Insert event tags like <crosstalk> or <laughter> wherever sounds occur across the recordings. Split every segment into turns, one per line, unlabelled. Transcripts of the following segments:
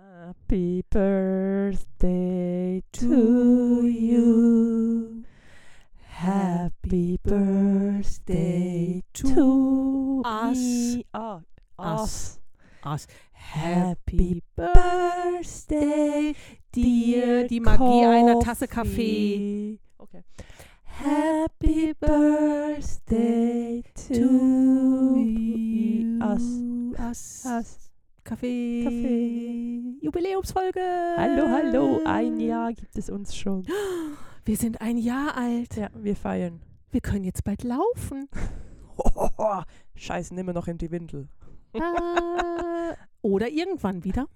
Happy birthday to you. Happy birthday to
Us.
me. Oh,
Us. Aus.
Happy birthday, dear
Die Magie einer Tasse
Coffee.
Okay.
Happy birthday to
To
us.
Us.
Us.
Kaffee.
Kaffee.
Jubiläumsfolge.
Hallo, hallo, ein Jahr gibt es uns schon.
Wir sind ein Jahr alt.
Ja, wir feiern.
Wir können jetzt bald laufen.
<laughs> Scheiß, nimm mir noch in die Windel. <laughs>
äh, oder irgendwann wieder.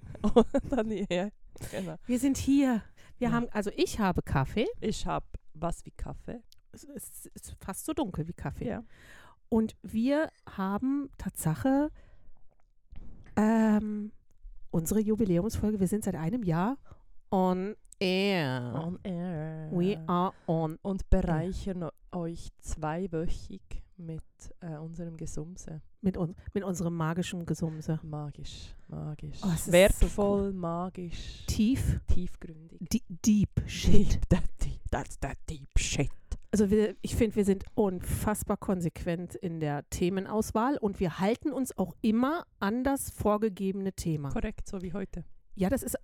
Dann ja, genau.
Wir sind hier. Wir
Ja.
haben, also ich habe Kaffee.
Ich hab was wie Kaffee.
Es ist, es ist fast so dunkel wie Kaffee.
Ja.
Und wir haben Tatsache ähm, unsere Jubiläumsfolge. Wir sind seit einem Jahr on air.
On air.
We are on.
und bereichern euch zweiwöchig mit äh, unserem Gesumse.
Mit, un mit unserem magischen Gesumse.
Magisch, magisch.
Oh, es ist
Wertvoll, magisch,
Tief.
tiefgründig.
die- Deep shit.
<laughs> That deep, that's that deep shit.
Also wir, ich finde, wir sind unfassbar konsequent in der Themenauswahl und wir halten uns auch immer an das vorgegebene Thema.
Korrekt, so wie heute.
Ja, das
<laughs>
ist.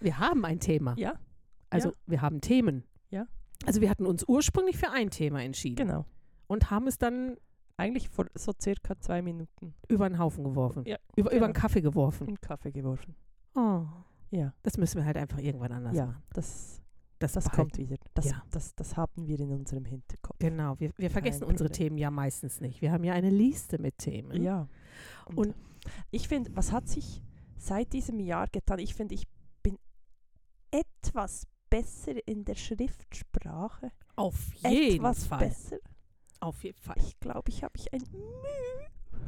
wir haben ein Thema.
Ja,
Also
ja.
wir haben Themen.
Ja.
Also wir hatten uns ursprünglich für ein Thema entschieden
genau.
und haben es dann
Eigentlich vor so circa zwei Minuten
über den Haufen geworfen.
Ja,
über, über den
genau.
Kaffee geworfen.
in Kaffee geworfen.
Oh,
Ja,
das müssen wir halt einfach irgendwann anders
ja,
machen.
das,
Das,
das
behalten-
kommt wieder. Das,
Ja.
das, das haben wir in unserem Hinterkopf.
Genau, wir, wir vergessen unsere
Problem.
Themen ja meistens nicht. Wir haben ja eine Liste mit Themen.
Ja. Mhm. Und,
Und-
ich finde, was hat sich seit diesem Jahr getan? Ich finde, ich bin etwas besser in der Schriftsprache.
Auf jeden
etwas
Fall.
besser.
Auf jeden Fall.
Ich glaube, ich habe ich ein Müh.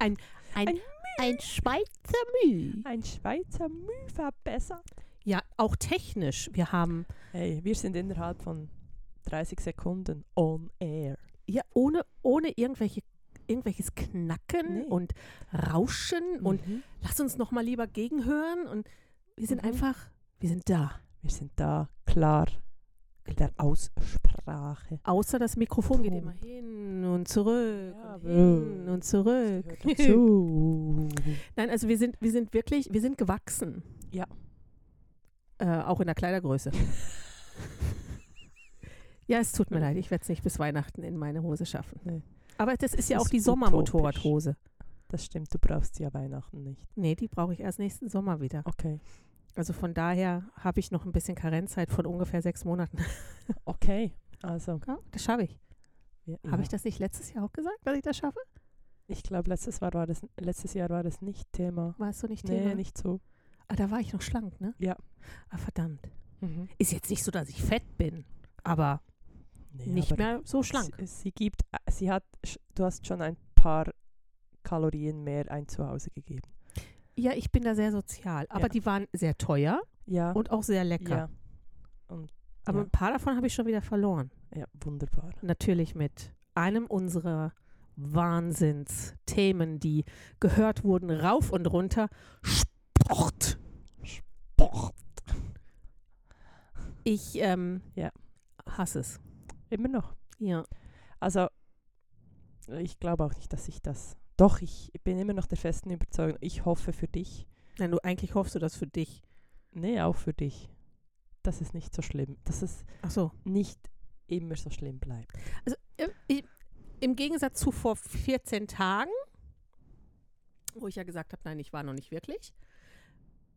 Ein, ein,
Ein
ein, Schweizer Müh.
Ein Schweizer Müh verbessert.
Ja, auch technisch. Wir haben
Hey, wir sind innerhalb von 30 Sekunden on air.
ja ohne, ohne irgendwelche, irgendwelches Knacken
Nee.
und Rauschen und
Mhm.
lass uns noch mal lieber gegenhören und wir sind
Mhm.
einfach, wir sind da.
wir sind da klar in der Aussprache.
Außer das Mikrofon geht
Ton.
immer hin und zurück
Ja,
und hin
aber-
und zurück.
Zu.
Nein, also wir sind, wir sind wirklich, wir sind gewachsen.
Ja.
Äh, auch in
<laughs>
der Kleidergröße. ja, es tut mir leid, ich werde es nicht bis Weihnachten in meine Hose schaffen.
Nee.
Aber das ist ja
Das
auch
ist
die Sommermotorradhose.
Das stimmt, du brauchst ja Weihnachten nicht.
Nee, die brauche ich erst nächsten Sommer wieder.
Okay.
Also von daher habe ich noch ein bisschen Karenzzeit von ungefähr sechs Monaten.
Okay, also.
Ja, das schaffe ich.
Ja,
Habe
ja.
ich das nicht letztes Jahr auch gesagt, dass ich das schaffe?
Ich glaube, letztes, Mal war das- letztes Jahr war das nicht Thema.
Weißt du nicht,
Nee,
Thema?
nicht so.
Ah, da war ich noch schlank, ne?
Ja.
Ah, verdammt.
Mhm.
Ist jetzt nicht so, dass ich fett bin, aber
Nee,
nicht
aber
mehr so schlank.
Sie, sie gibt, sie hat, sch- du hast schon ein paar Kalorien mehr ein Zuhause gegeben.
Ja, ich bin da sehr sozial. Aber
Ja.
die waren sehr teuer
Ja.
und auch sehr
ja.
lecker. Aber
ja.
ein paar davon habe ich schon wieder verloren.
ja, wunderbar.
Natürlich mit einem unserer Wahnsinnsthemen, die gehört wurden, rauf und runter. Sport.
Boah.
Ich ähm,
Ja.
hasse es.
Immer noch.
Ja.
Also, ich glaube auch nicht, dass ich das. Doch, ich bin immer noch der festen Überzeugung. Ich hoffe für dich.
Nein, du, eigentlich hoffst du das für dich.
Nee, auch für dich. Das ist nicht so schlimm. Dass es
Ach so.
nicht immer so schlimm bleibt.
Also äh, ich, im Gegensatz zu vor 14 Tagen, wo ich ja gesagt habe, nein, ich war noch nicht wirklich,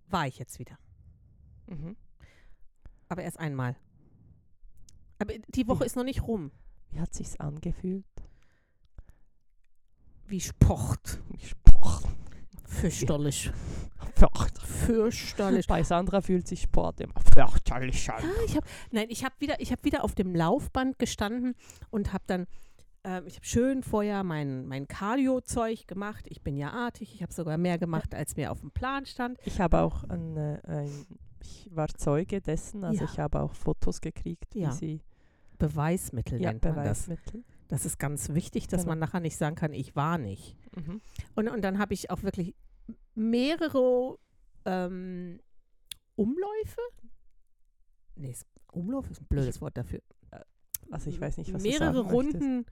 war ich jetzt wieder. Mhm. Aber erst einmal. Aber die Woche ist noch nicht rum.
Wie hat sich's angefühlt?
Wie Sport.
Ich Sport.
Fürchterlich.
Fürchterlich.
<laughs> Fürchterlich.
Bei Sandra fühlt sich Sport immer fürchterlich
Ja,
an.
ich hab, nein, ich habe wieder, ich hab wieder auf dem Laufband gestanden und habe dann, ähm, ich habe schön vorher mein, mein Cardio-Zeug gemacht. Ich bin ja artig, ich habe sogar mehr gemacht, als mir auf dem Plan stand.
Ich habe auch ein, äh, ein ich war Zeuge dessen, also
Ja.
ich habe auch Fotos gekriegt,
Ja.
wie sie
Beweismittel
ja,
nennt man das.
Beweismittel.
Das ist ganz wichtig, dass
Genau.
man nachher nicht sagen kann, ich war nicht.
Mhm.
Und, und dann habe ich auch wirklich mehrere ähm, Umläufe? Nee, es- Umlauf ist ein blödes Wort dafür.
Also ich weiß nicht, was
mehrere
du sagen möchtest.
Runden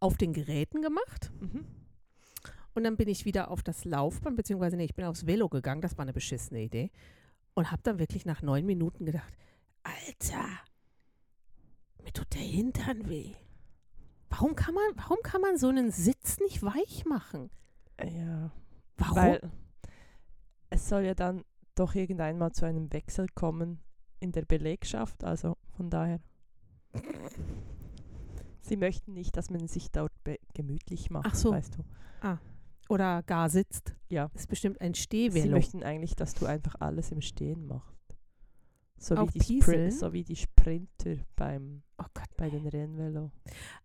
auf den Geräten gemacht
Mhm.
und dann bin ich wieder auf das Laufband, beziehungsweise nee, ich bin aufs Velo gegangen, das war eine beschissene Idee und habe dann wirklich nach neun Minuten gedacht, Alter, mir tut der Hintern weh. Warum kann man, warum kann man so einen Sitz nicht weich machen?
Ja,
Warum?
weil es soll ja dann doch irgendwann mal zu einem Wechsel kommen in der Belegschaft. Also von
<laughs>
daher. Sie möchten nicht, dass man sich dort be- gemütlich macht,
Ach so.
weißt du.
Oder gar sitzt.
Ja.
Ist bestimmt ein
Sie
Stehvelo.
möchten eigentlich, dass du einfach alles im Stehen machst. So wie,
Auch
die Sprin
pieseln?
so wie die Sprinter beim,
Oh Gott.
bei den Rennvelo.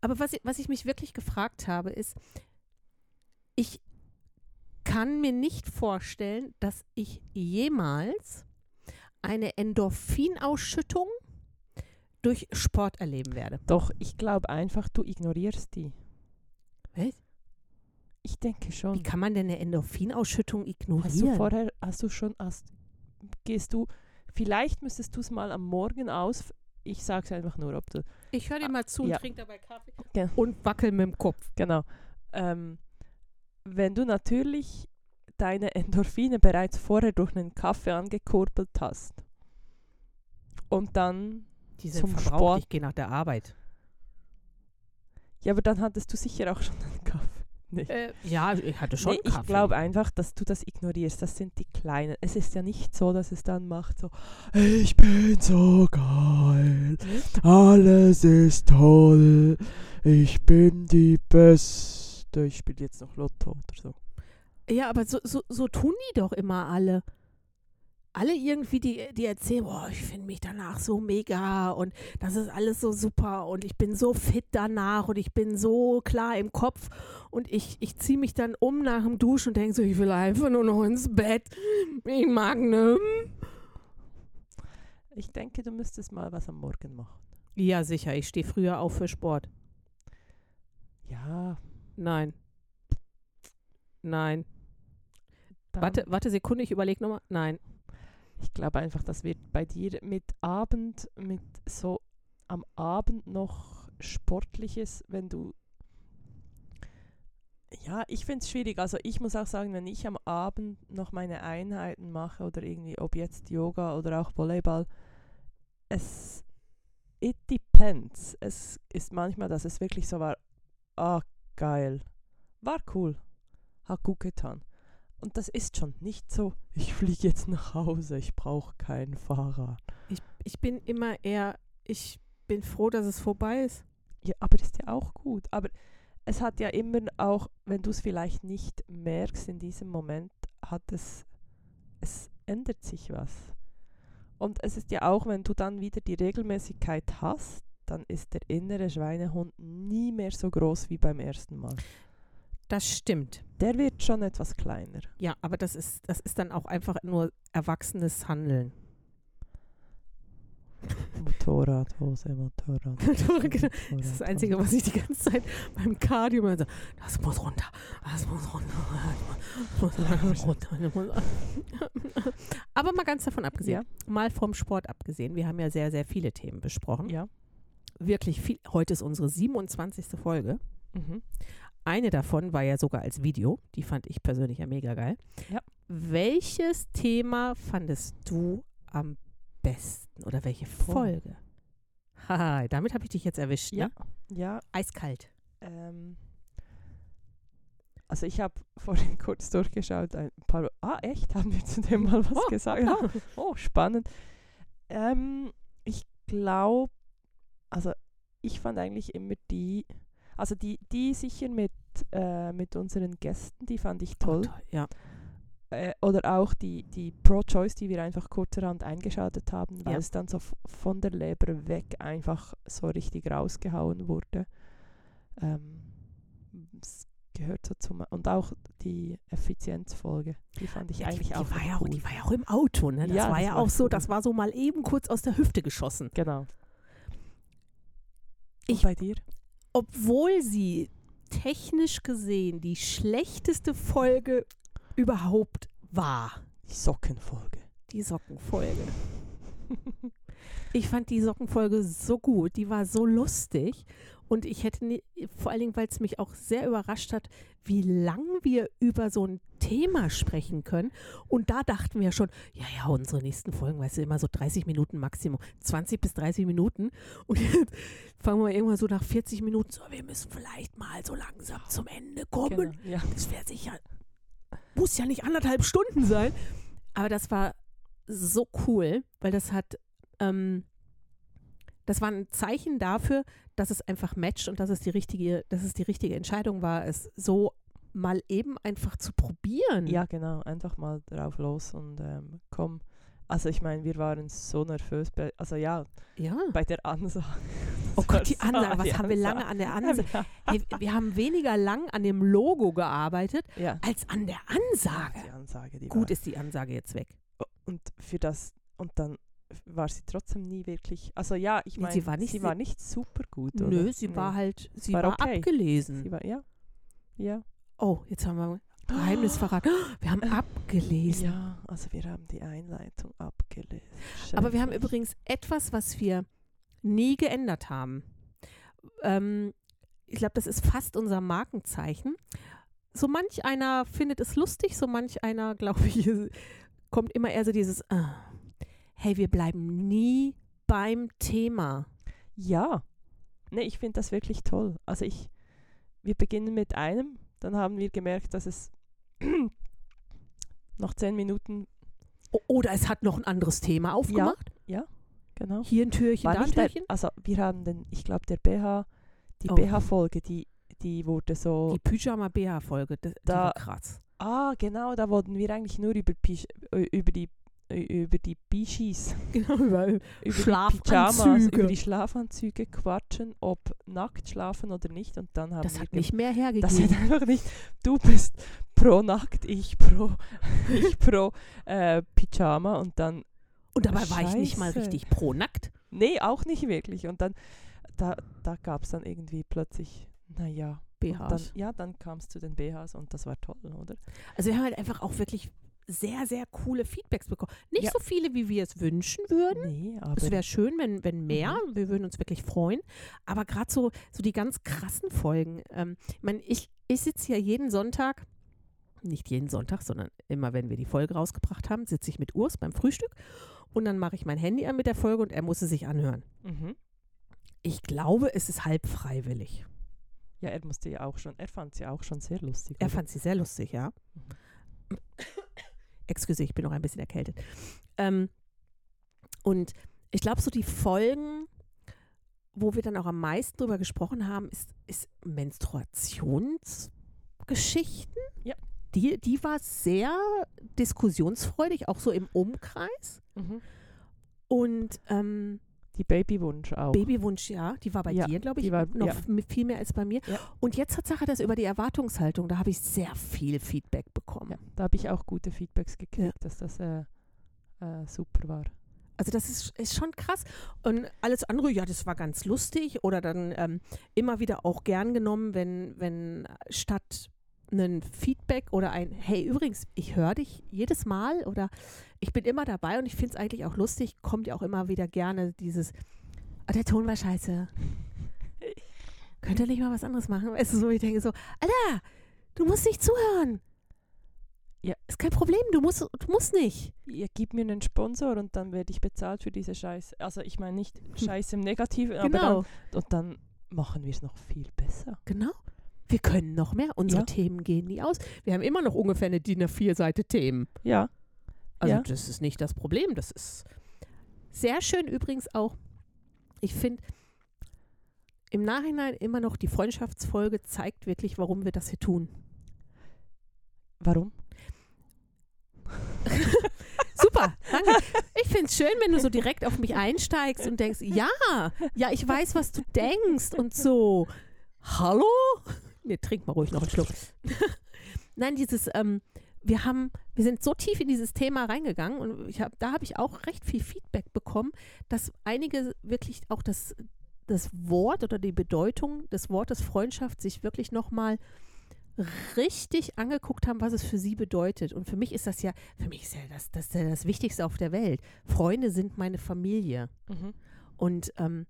Aber was, ich- was ich mich wirklich gefragt habe, ist, ich kann mir nicht vorstellen, dass ich jemals eine Endorphinausschüttung durch Sport erleben werde.
Doch, ich glaube einfach, du ignorierst die.
Was?
Ich denke
Wie
schon.
kann man denn eine Endorphinausschüttung
Hast du
ignorieren?
vorher, hast du schon, hast, gehst du, vielleicht müsstest du es mal am Morgen aus, ich sag's einfach nur, ob du,
ich höre dir mal zu
und Ja.
trinke dabei Kaffee.
Ja.
Und wackel mit dem Kopf.
genau. Ähm, wenn du natürlich deine Endorphine bereits vorher durch einen Kaffee angekurbelt hast und dann,
Die sind
Zum
verbraucht,
Sport.
ich gehe nach der Arbeit.
ja, aber dann hattest du sicher auch schon einen Kaffee. Nicht?
Äh, ja, ich hatte Äh, schon
nee,
Kaffee.
ich glaube einfach, dass du das ignorierst. Das sind die Kleinen. Es ist ja nicht so, dass es dann macht so, ich bin so geil, alles ist toll, ich bin die Beste. Ich spiele jetzt noch Lotto oder so.
Ja, aber so, so, so tun die doch immer alle. Alle irgendwie, die, die erzählen, boah, ich finde mich danach so mega und das ist alles so super und ich bin so fit danach und ich bin so klar im Kopf und ich, ich ziehe mich dann um nach dem Duschen und denke so, ich will einfach nur noch ins Bett. Ich mag ne.
Ich denke, du müsstest mal was am Morgen machen.
Ja, sicher, ich stehe früher auf für Sport.
Ja.
Nein. Nein.
dann-
Warte, warte Sekunde, ich überlege nochmal. Nein.
Ich glaube einfach, das wird bei dir mit Abend, mit so am Abend noch Sportliches, wenn du. Ja, ich finde es schwierig. Also ich muss auch sagen, wenn ich am Abend noch meine Einheiten mache oder irgendwie, ob jetzt Yoga oder auch Volleyball, es it depends. Es ist manchmal, dass es wirklich so war, ah, geil. War cool. Hat gut getan. Und das ist schon nicht so, ich fliege jetzt nach Hause, ich brauche keinen Fahrer.
Ich, ich bin immer eher, ich bin froh, dass es vorbei ist.
Ja, aber ist ja auch gut. Aber es hat ja immer auch, wenn du es vielleicht nicht merkst in diesem Moment, hat es, es ändert sich was. Und es ist ja auch, wenn du dann wieder die Regelmäßigkeit hast, dann ist der innere Schweinehund nie mehr so groß wie beim ersten Mal.
Das stimmt.
Der wird schon etwas kleiner.
Ja, aber das ist, das ist dann auch einfach nur erwachsenes Handeln. <laughs>
Motorrad, Hose, <laughs> Motorrad.
Genau. Das ist
Motorrad,
das Einzige, was ich die ganze Zeit beim Cardio immer so, das muss runter, das muss runter, das muss runter, das muss runter. Das muss runter. Aber mal ganz davon abgesehen, mal vom Sport abgesehen, wir haben ja sehr, sehr viele Themen besprochen.
Ja.
Wirklich viel. Heute ist unsere 27. Folge.
Mhm.
Eine davon war ja sogar als Video. Die fand ich persönlich ja mega geil.
Ja.
Welches Thema fandest du am besten oder welche Folge? Haha, damit habe ich dich jetzt erwischt.
Ja.
Ne?
Ja,
Eiskalt.
Ähm, also ich habe <laughs> vorhin kurz durchgeschaut, ein paar. Ah, echt? Haben wir zu dem mal was
Oh,
gesagt?
<laughs>
Ah, oh, spannend. Ähm, ich glaube, also ich fand eigentlich immer die, also die, die sicher mit, äh, mit unseren Gästen, die fand ich toll.
Oh, toll. Ja.
Äh, oder auch die, die Pro-Choice, die wir einfach kurzerhand eingeschaltet haben, weil
Ja.
es dann so f- von der Leber weg einfach so richtig rausgehauen wurde. Ähm, es gehört so zum. Und auch die Effizienzfolge, die fand ich
Ja, die,
eigentlich
die,
auch.
war
noch
ja, auch-
cool.
die war ja auch im Auto, ne? Das
Ja,
war
das
ja
war
auch so,
cool.
das war so mal eben kurz aus der Hüfte geschossen.
Genau. und
Ich-
bei dir?
Obwohl sie technisch gesehen die schlechteste Folge überhaupt wahr.
Die Sockenfolge.
Die Sockenfolge. Ich fand die Sockenfolge so gut, die war so lustig und ich hätte nie, vor allen Dingen, weil es mich auch sehr überrascht hat, wie lang wir über so ein Thema sprechen können. Und da dachten wir schon, ja, ja, unsere nächsten Folgen, weißt du, immer so 30 Minuten Maximum, 20 bis 30 Minuten. Und jetzt fangen wir irgendwann so nach 40 Minuten, so, wir müssen vielleicht mal so langsam zum Ende kommen.
Genau, <laughs> ja.
Das wäre sicher, muss ja nicht anderthalb Stunden sein. Aber das war so cool, weil das hat, ähm, das war ein Zeichen dafür, dass es einfach matcht und dass es die richtige, dass es die richtige Entscheidung war, es so mal eben einfach zu probieren.
ja, genau. Einfach mal drauf los und ähm, komm. Also ich meine, wir waren so nervös. bei- Also ja,
ja.
bei der
<laughs>
Ansage.
Oh
Das war
Gott, die
so
Ansage, was
die
haben wir lange
Ansage.
an der Ansage? Hey, wir haben weniger lang an dem Logo gearbeitet,
Ja.
als an der
Die
Ansage.
Ansage, die
Gut ist die Ansage jetzt weg.
war. Und für das, und dann war sie trotzdem nie wirklich. Also ja, ich
Nee,
meine,
sie war nicht- sie-
super gut, oder?
Nö, sie
Nee.
war halt, sie
War
war,
okay.
abgelesen.
Sie war, ja. Ja.
oh, jetzt haben wir
<gasps>
Geheimnisverrat. <gasps> Wir haben abgelesen.
Ja, also wir haben die Einleitung abgelesen.
Aber wir haben
Schrecklich.
übrigens etwas, was wir nie geändert haben. Ähm, ich glaube, das ist fast unser Markenzeichen. So manch einer findet es lustig, so manch einer, <laughs> glaube ich, kommt immer eher so dieses, ah, hey, wir bleiben nie beim Thema.
Ja. Nee, ich finde das wirklich toll. Also ich, wir beginnen mit einem, dann haben wir gemerkt, dass es <clears throat> noch zehn Minuten,
O oder es hat noch ein anderes Thema aufgemacht.
genau.
Hier ein Türchen, da ein
der,
Türchen.
also wir haben den, ich glaube der BH, die
Oh.
BH-Folge, die, die wurde so,
Die Pyjama-BH-Folge, das- die
Da-
war krass. <laughs>
ah genau, da wollten wir eigentlich nur über, Pisch, äh, über die äh, über die Bischis, <laughs>
Genau, überall.
über die Pyjamas,
Schlafanzüge.
über die Schlafanzüge quatschen, ob nackt schlafen oder nicht und dann haben
Das
wir
hat
gem-
nicht mehr hergegeben.
Das hat einfach nicht. Du bist pro Nackt, ich pro, <laughs> ich pro äh, Pyjama und dann.
Und dabei war ich nicht mal
Scheiße.
richtig pro-nackt.
Nee, auch nicht wirklich. Und dann, da, da gab es dann irgendwie plötzlich, naja.
BHs.
Dann, ja, dann kam es zu den BHs und das war toll, oder?
Also wir haben halt einfach auch wirklich sehr, sehr coole Feedbacks bekommen. Nicht
Ja.
so viele, wie wir es wünschen würden.
Nee, aber.
Es wäre schön, wenn,
Mhm.
wenn mehr. Wir würden uns wirklich freuen. Aber gerade so, so die ganz krassen Folgen. Ähm, ich meine, ich, ich sitze ja jeden Sonntag, nicht jeden Sonntag, sondern immer, wenn wir die Folge rausgebracht haben, sitze ich mit Urs beim Frühstück und dann mache ich mein Handy an mit der Folge und er muss sie sich anhören.
mhm.
Ich glaube, es ist halb freiwillig.
Ja, er musste ja auch schon, er fand ja auch schon sehr lustig.
Er
oder?
fand sie sehr lustig, ja.
Mhm.
Excuse, ich bin noch ein bisschen erkältet. Ähm, und ich glaube, so die Folgen, wo wir dann auch am meisten drüber gesprochen haben, ist, ist Menstruationsgeschichten.
Ja.
Die, die war sehr diskussionsfreudig, auch so im Umkreis.
mhm.
Und ähm,
Die Babywunsch auch.
Babywunsch, ja, die war bei
Ja,
dir, glaube ich,
die war-
noch
ja.
m- viel mehr als bei mir.
Ja.
Und jetzt hat Sache das über die Erwartungshaltung, da habe ich sehr viel Feedback bekommen.
ja, da habe ich auch gute Feedbacks gekriegt, dass das äh, äh, super war.
Also das ist, ist schon krass. Und alles andere, ja, das war ganz lustig. Oder dann ähm, immer wieder auch gern genommen, wenn, wenn äh, statt ein Feedback oder ein, hey, übrigens, ich höre dich jedes Mal oder ich bin immer dabei und ich finde es eigentlich auch lustig, kommt ja auch immer wieder gerne dieses, ah, der Ton war scheiße. Könnt ihr nicht mal was anderes machen? Weißt du, so, ich denke so, Alter, du musst nicht zuhören.
Ja.
Ist kein Problem, du musst, du musst nicht.
ihr gib mir einen Sponsor und dann werde ich bezahlt für diese Scheiße. Also ich meine nicht Scheiße im Negativen, aber dann, und dann machen wir es noch viel besser.
Genau. Wir können noch mehr. Unsere
Ja.
Themen gehen nie aus. Wir haben immer noch ungefähr eine DIN A4-Seite Themen.
Ja.
Also
Ja.
das ist nicht das Problem. Das ist sehr schön übrigens auch. Ich finde im Nachhinein immer noch die Freundschaftsfolge zeigt wirklich, warum wir das hier tun.
Warum?
Super, danke. Ich finde es schön, wenn du so direkt auf mich einsteigst und denkst, ja, ja, ich weiß, was du denkst und so. Hallo? Nee, trink mal ruhig noch einen Schluck. <laughs> Nein, dieses, ähm, wir haben, wir sind so tief in dieses Thema reingegangen und ich hab, da habe ich auch recht viel Feedback bekommen, dass einige wirklich auch das, das Wort oder die Bedeutung des Wortes Freundschaft sich wirklich nochmal richtig angeguckt haben, was es für sie bedeutet. Und für mich ist das ja, für mich ist ja das, das, ist ja das Wichtigste auf der Welt. Freunde sind meine Familie.
Mhm.
Und ähm,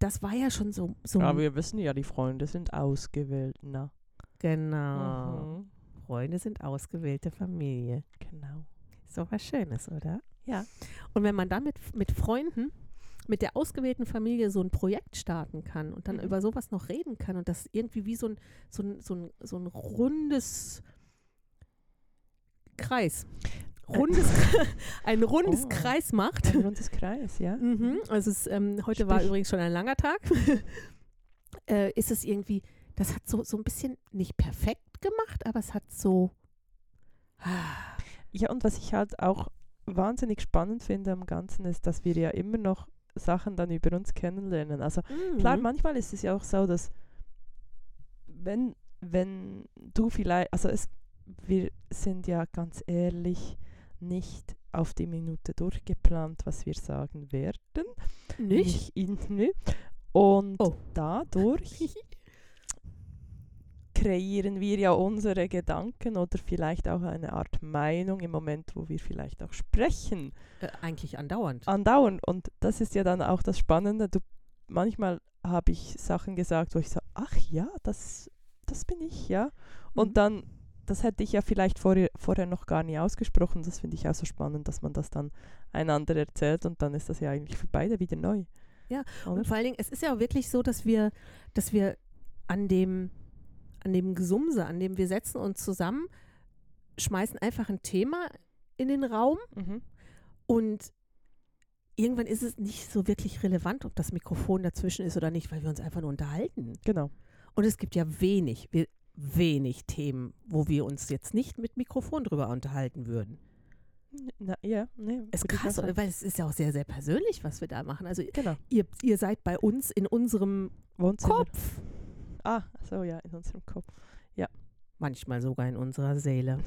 das war ja schon so, so
Aber wir wissen ja, die Freunde sind ausgewählt, ne?
genau.
Mhm.
Freunde sind ausgewählte Familie.
Genau.
So was Schönes, oder?
Ja.
Und wenn man dann mit, mit Freunden, mit der ausgewählten Familie so ein Projekt starten kann und dann
Mhm.
über sowas noch reden kann und das irgendwie wie so ein, so ein, so ein, so ein rundes Kreis. Rundes, <laughs> ein rundes
Äh. Oh.
Kreis macht.
Ein rundes Kreis, ja?
Mhm. Also es, ähm, heute war
Sprich-
übrigens schon ein langer Tag. <laughs> äh, ist es irgendwie, das hat so, so ein bisschen nicht perfekt gemacht, aber es hat so. Ah,
Ja, und was ich halt auch wahnsinnig spannend finde am Ganzen ist, dass wir ja immer noch Sachen dann über uns kennenlernen. Also klar,
mhm.
manchmal ist es ja auch so, dass wenn, wenn du vielleicht, also es, wir sind ja ganz ehrlich nicht auf die Minute durchgeplant, was wir sagen werden.
nicht?
Nicht in, nö. Und
Oh. <laughs>
dadurch kreieren wir ja unsere Gedanken oder vielleicht auch eine Art Meinung im Moment, wo wir vielleicht auch sprechen,
Äh, eigentlich andauernd.
andauernd. Und das ist ja dann auch das Spannende. Du, manchmal habe ich Sachen gesagt, wo ich sage, ach ja, das, das bin ich, ja. Und
Mhm.
dann, das hätte ich ja vielleicht vorher, vorher noch gar nie ausgesprochen. Das finde ich auch so spannend, dass man das dann einander erzählt und dann ist das ja eigentlich für beide wieder neu.
Ja,
Oder?
Und vor allen Dingen, es ist ja auch wirklich so, dass wir, dass wir an dem, an dem Gesumse, an dem wir setzen uns zusammen, schmeißen einfach ein Thema in den Raum
Mhm.
und irgendwann ist es nicht so wirklich relevant, ob das Mikrofon dazwischen ist oder nicht, weil wir uns einfach nur unterhalten.
Genau.
Und es gibt ja wenig, we- wenig Themen, wo wir uns jetzt nicht mit Mikrofon drüber unterhalten würden.
Na, ja, nee,
Es ist
würde ich auch
Also krass,
sagen.
weil es ist ja auch sehr, sehr persönlich, was wir da machen. Also
Genau.
ihr, ihr seid bei uns in unserem
Wohnzimmer.
Kopf.
Ah, so ja, in unserem Kopf.
manchmal sogar in unserer Seele.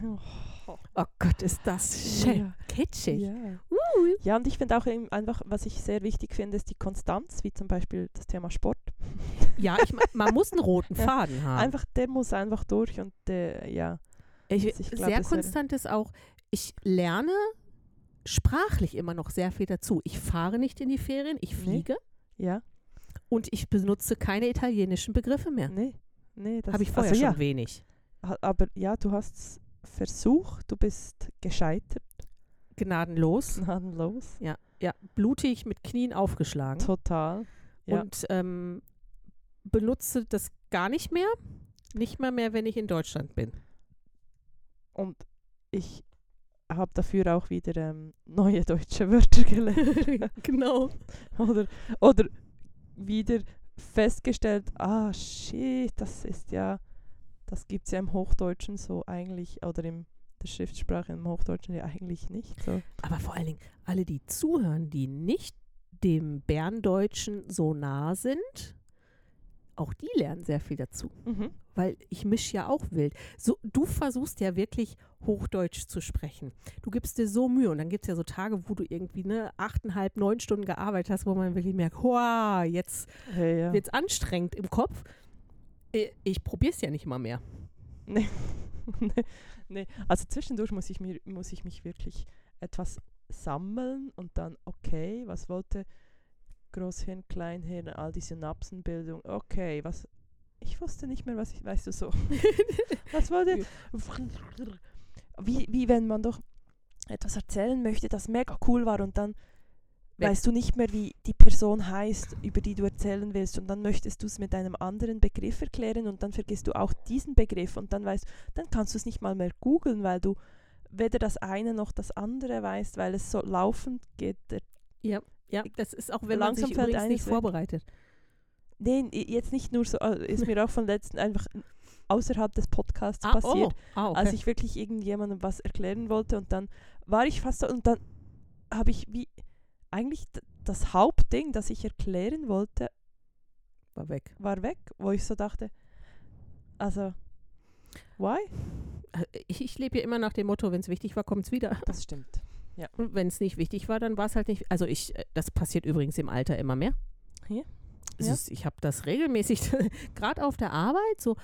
Oh,
Oh Gott, ist das schön.
ja,
Kitschig.
ja.
Uh.
ja, und ich finde auch eben einfach, was ich sehr wichtig finde, ist die Konstanz, wie zum Beispiel das Thema Sport.
Ja, ich, mein, man muss einen <laughs> roten Faden haben.
Einfach, der muss einfach durch und der, ja.
Ich,
ich glaub,
sehr
das wäre-
konstant ist auch, ich lerne sprachlich immer noch sehr viel dazu. Ich fahre nicht in die Ferien, ich
Nee.
fliege
Ja,
und ich benutze keine italienischen Begriffe mehr.
nee. Nee, das
Habe ich vorher
also,
schon
ja,
wenig.
ha- Aber ja, du hast es versucht, du bist gescheitert, <laughs>
Gnadenlos.
gnadenlos.
Hm. Ja, blutig mit Knien aufgeschlagen.
Total. Ja.
Und ähm, benutze das gar nicht mehr. Nicht mal mehr, wenn ich in Deutschland
<laughs>
bin.
Und ich habe dafür auch wieder ähm, neue deutsche Wörter gelernt.
<laughs>
<laughs>
genau.
Oder, oder wieder festgestellt, ah shit, das ist ja, das gibt es ja im Hochdeutschen so eigentlich, oder in der Schriftsprache im Hochdeutschen ja eigentlich nicht. So.
Aber vor allen Dingen alle, die zuhören, die nicht dem Berndeutschen so nah sind, auch die lernen sehr viel dazu. Weil ich mische ja auch wild. So, du versuchst ja wirklich Hochdeutsch zu sprechen. Du gibst dir so Mühe und dann gibt es ja so Tage, wo du irgendwie ne, achteinhalb, neun Stunden gearbeitet hast, wo man wirklich merkt, wow, jetzt
Hey, ja.
wird es anstrengend im Kopf. Ich, ich probiere es ja nicht mal mehr.
Nee. <laughs> Nee. nee. Also zwischendurch muss ich, mir, muss ich mich wirklich etwas sammeln und dann, okay, was wollte Großhirn, Kleinhirn, all die Synapsenbildung, okay, was. Ich wusste nicht mehr, was ich, weißt du so. Was wollte. Wie, wie wenn man doch etwas erzählen möchte, das mega cool war und dann
Weg.
weißt du nicht mehr, wie die Person heißt, über die du erzählen willst und dann möchtest du es mit einem anderen Begriff erklären und dann vergisst du auch diesen Begriff und dann weißt, dann kannst du es nicht mal mehr googeln, weil du weder das eine noch das andere weißt, weil es so laufend geht. Der-
Ja, das ist auch, wenn man
Langsam
sich
fällt
übrigens nicht
eines weg.
vorbereitet.
Nee, i- jetzt nicht nur so, äh, ist mir auch von letzten einfach außerhalb des Podcasts
Ah,
passiert.
Oh, ah, okay.
als ich wirklich irgendjemandem was erklären wollte und dann war ich fast da und dann habe ich wie eigentlich d- das Hauptding, das ich erklären wollte,
war weg.
war weg, wo ich so dachte, also why?
Äh, Ich, ich lebe ja immer nach dem Motto, wenn es wichtig war, kommt es wieder.
Das stimmt.
Und wenn es nicht wichtig war, dann war es halt nicht. Also ich, äh, das passiert übrigens im Alter immer mehr.
Ja.
Es
Ja.
<laughs> Ist, ich habe das regelmäßig, gerade auf der Arbeit, so,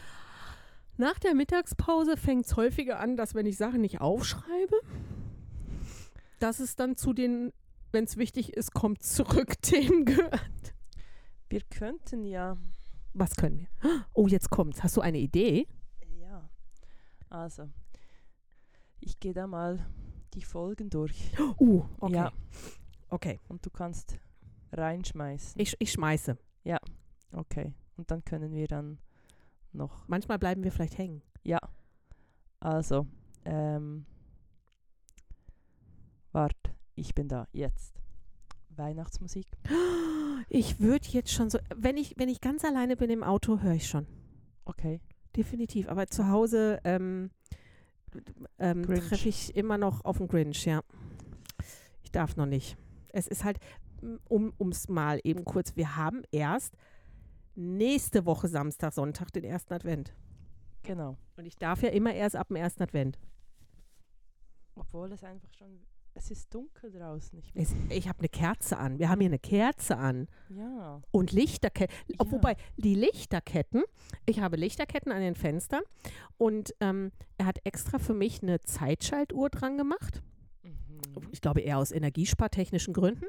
Nach der Mittagspause fängt es häufiger an, dass wenn ich Sachen nicht aufschreibe, dass es dann zu den, wenn es wichtig ist, kommt zurück <laughs> Themen gehört.
Wir könnten ja.
Was können wir? Oh, jetzt kommt's. Hast du eine Idee?
Ja. Also, ich gehe da mal die Folgen durch.
<gasps> Uh, okay.
Ja,
Okay.
und du kannst reinschmeißen.
Ich, ich schmeiße.
Okay. Und dann können wir dann noch.
Manchmal bleiben wir vielleicht hängen.
Ja. Also, ähm. Wart, ich bin da. Jetzt. Weihnachtsmusik.
Ich würde jetzt schon so, wenn ich, wenn ich ganz alleine bin im Auto, höre ich schon.
Okay.
Definitiv. Aber zu Hause ähm, ähm,
Grinch.
treffe ich immer noch auf den Grinch, ja. Ich darf noch nicht. Es ist halt, m, um es mal eben kurz, wir haben erst nächste Woche Samstag, Sonntag den ersten Advent.
Genau.
Und ich darf ja immer erst ab dem ersten Advent.
Obwohl es einfach schon. Es ist dunkel draußen. Ich
Es, ich habe eine Kerze an. Wir haben hier eine Kerze an.
ja.
Und Lichterketten.
Ja.
Wobei die Lichterketten, ich habe Lichterketten an den Fenstern und ähm, er hat extra für mich eine Zeitschaltuhr dran gemacht.
Mhm.
Ich glaube eher aus energiespartechnischen Gründen,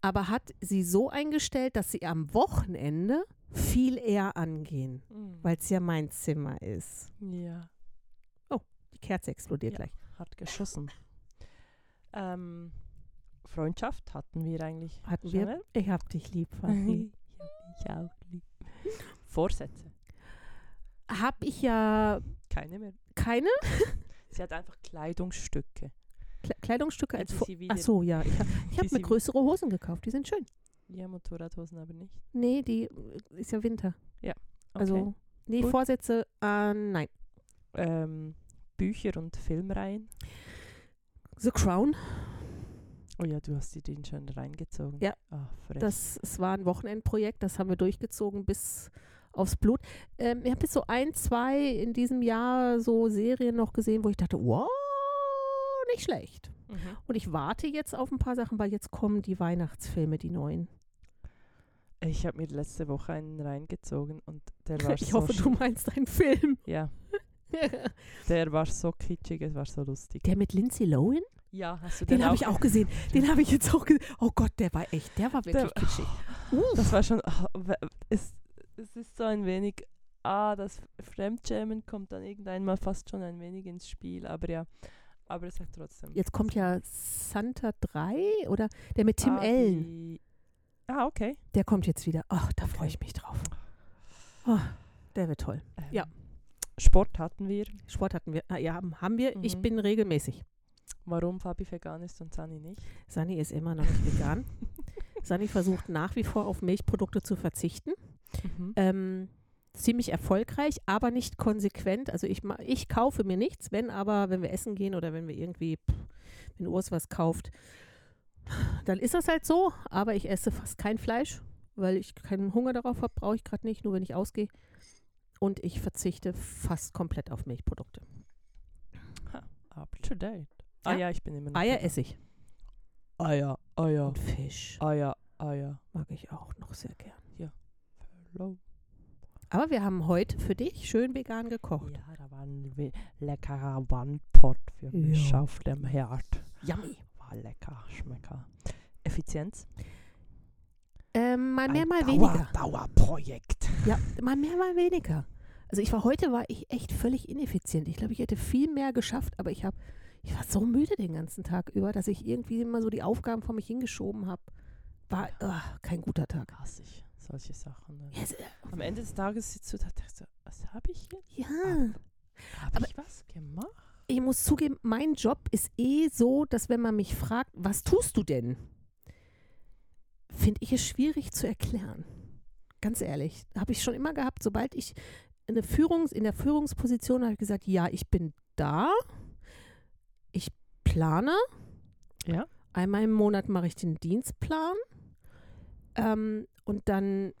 aber hat sie so eingestellt, dass sie am Wochenende viel eher angehen,
Mhm.
weil es ja mein Zimmer ist.
Ja.
Die Kerze explodiert
Ja.
gleich.
Hat geschossen. Ähm, Freundschaft hatten wir eigentlich.
Hatten
schon,
wir.
ne?
Ich hab dich lieb, <laughs>
Mhm.
Fabi.
ich auch lieb. Vorsätze.
Hab ich ja
Keine mehr.
keine
Sie hat einfach Kleidungsstücke.
Kle Kleidungsstücke
Ja,
als
die
Vor.
sie wieder-
Ach so, ja. Ich habe ich
Die
hab mir
sie-
größere Hosen gekauft, die sind schön.
Ja, Motorradhosen aber nicht.
Nee, die äh, ist ja Winter.
Okay.
Also, nee,
gut.
Vorsätze, äh, nein.
ähm, Bücher und Filmreihen.
The Crown,
Oh ja, du hast dir den schon reingezogen.
Ja.
Ah, frech.
das, es war ein Wochenendprojekt, das haben wir durchgezogen bis aufs Blut. Ähm, ich habe jetzt so ein, zwei in diesem Jahr so Serien noch gesehen, wo ich dachte, wow, nicht schlecht.
mhm.
Und ich warte jetzt auf ein paar Sachen, weil jetzt kommen die Weihnachtsfilme, die neuen.
Ich habe mir letzte Woche einen reingezogen und
<laughs>
der war
ich
so
hoffe,
sch-
du meinst einen Film. <laughs>
Ja, der war so kitschig, es war so lustig.
Der mit Lindsay Lohan?
Ja, hast du
Den,
den
habe
auch
ich auch gesehen. Den habe ich jetzt auch gesehen. Oh Gott, der war echt, der war wirklich kitschig.
Das war schon. ah, we- Es, es ist so ein wenig. Ah, das Fremdschämen kommt dann irgendwann mal fast schon ein wenig ins Spiel, aber ja. Aber es hat trotzdem.
Jetzt kommt ja Santa 3 oder der mit Tim
ah,
Allen.
die- Ah, okay.
Der kommt jetzt wieder. Ach, da freue ich mich drauf. Oh, der wird toll.
Ähm,
Ja.
Sport hatten wir.
Sport hatten wir. Ah, ja, haben, haben wir. Ich
Mhm.
bin regelmäßig.
Warum Fabi vegan ist und Sani nicht.
Sani ist immer noch nicht vegan. Sani versucht nach wie vor auf Milchprodukte zu verzichten.
Mhm.
Ähm, ziemlich erfolgreich, aber nicht konsequent. Also ich, ma- ich kaufe mir nichts, wenn aber, wenn wir essen gehen oder wenn wir irgendwie, pff, wenn Urs was kauft, dann ist das halt so. Aber ich esse fast kein Fleisch, weil ich keinen Hunger darauf habe, brauche ich gerade nicht, nur wenn ich ausgehe. Und ich verzichte fast komplett auf Milchprodukte.
Up to date. Ah
Ja.
ja, ich bin immer noch.
Eier
vegan.
esse ich.
Eier, Eier,
Und Fisch
Eier, Eier.
mag ich auch noch sehr gern.
Hello.
Aber wir haben heute für dich schön vegan gekocht.
Ja, da war ein we- leckerer One-Pot für mich
Ja.
auf dem Herd.
Yummy.
War lecker, schmecker. Effizienz?
Ähm, mal mehr, mal
Dauer,
weniger.
Dauerprojekt.
Ja, mal mehr, mal weniger. Also ich war heute war ich echt völlig ineffizient. Ich glaube, ich hätte viel mehr geschafft, aber ich habe ich war so müde den ganzen Tag über, dass ich irgendwie immer so die Aufgaben vor mich hingeschoben habe. War ah, kein guter Tag.
Hasse ich solche Sachen. ne?
Yes, äh,
Am Ende des Tages sitzt du da und denkst, so, was habe ich jetzt?
ja,
Habe
Aber-
ich was gemacht?
ich muss zugeben, mein Job ist eh so, dass wenn man mich fragt, was tust du denn? Finde ich es schwierig zu erklären. Ganz ehrlich, habe ich schon immer gehabt, sobald ich eine Führungs in der Führungsposition habe ich gesagt, ja, ich bin da. Ich plane.
Ja.
Einmal im Monat mache ich den Dienstplan. Ähm, und dann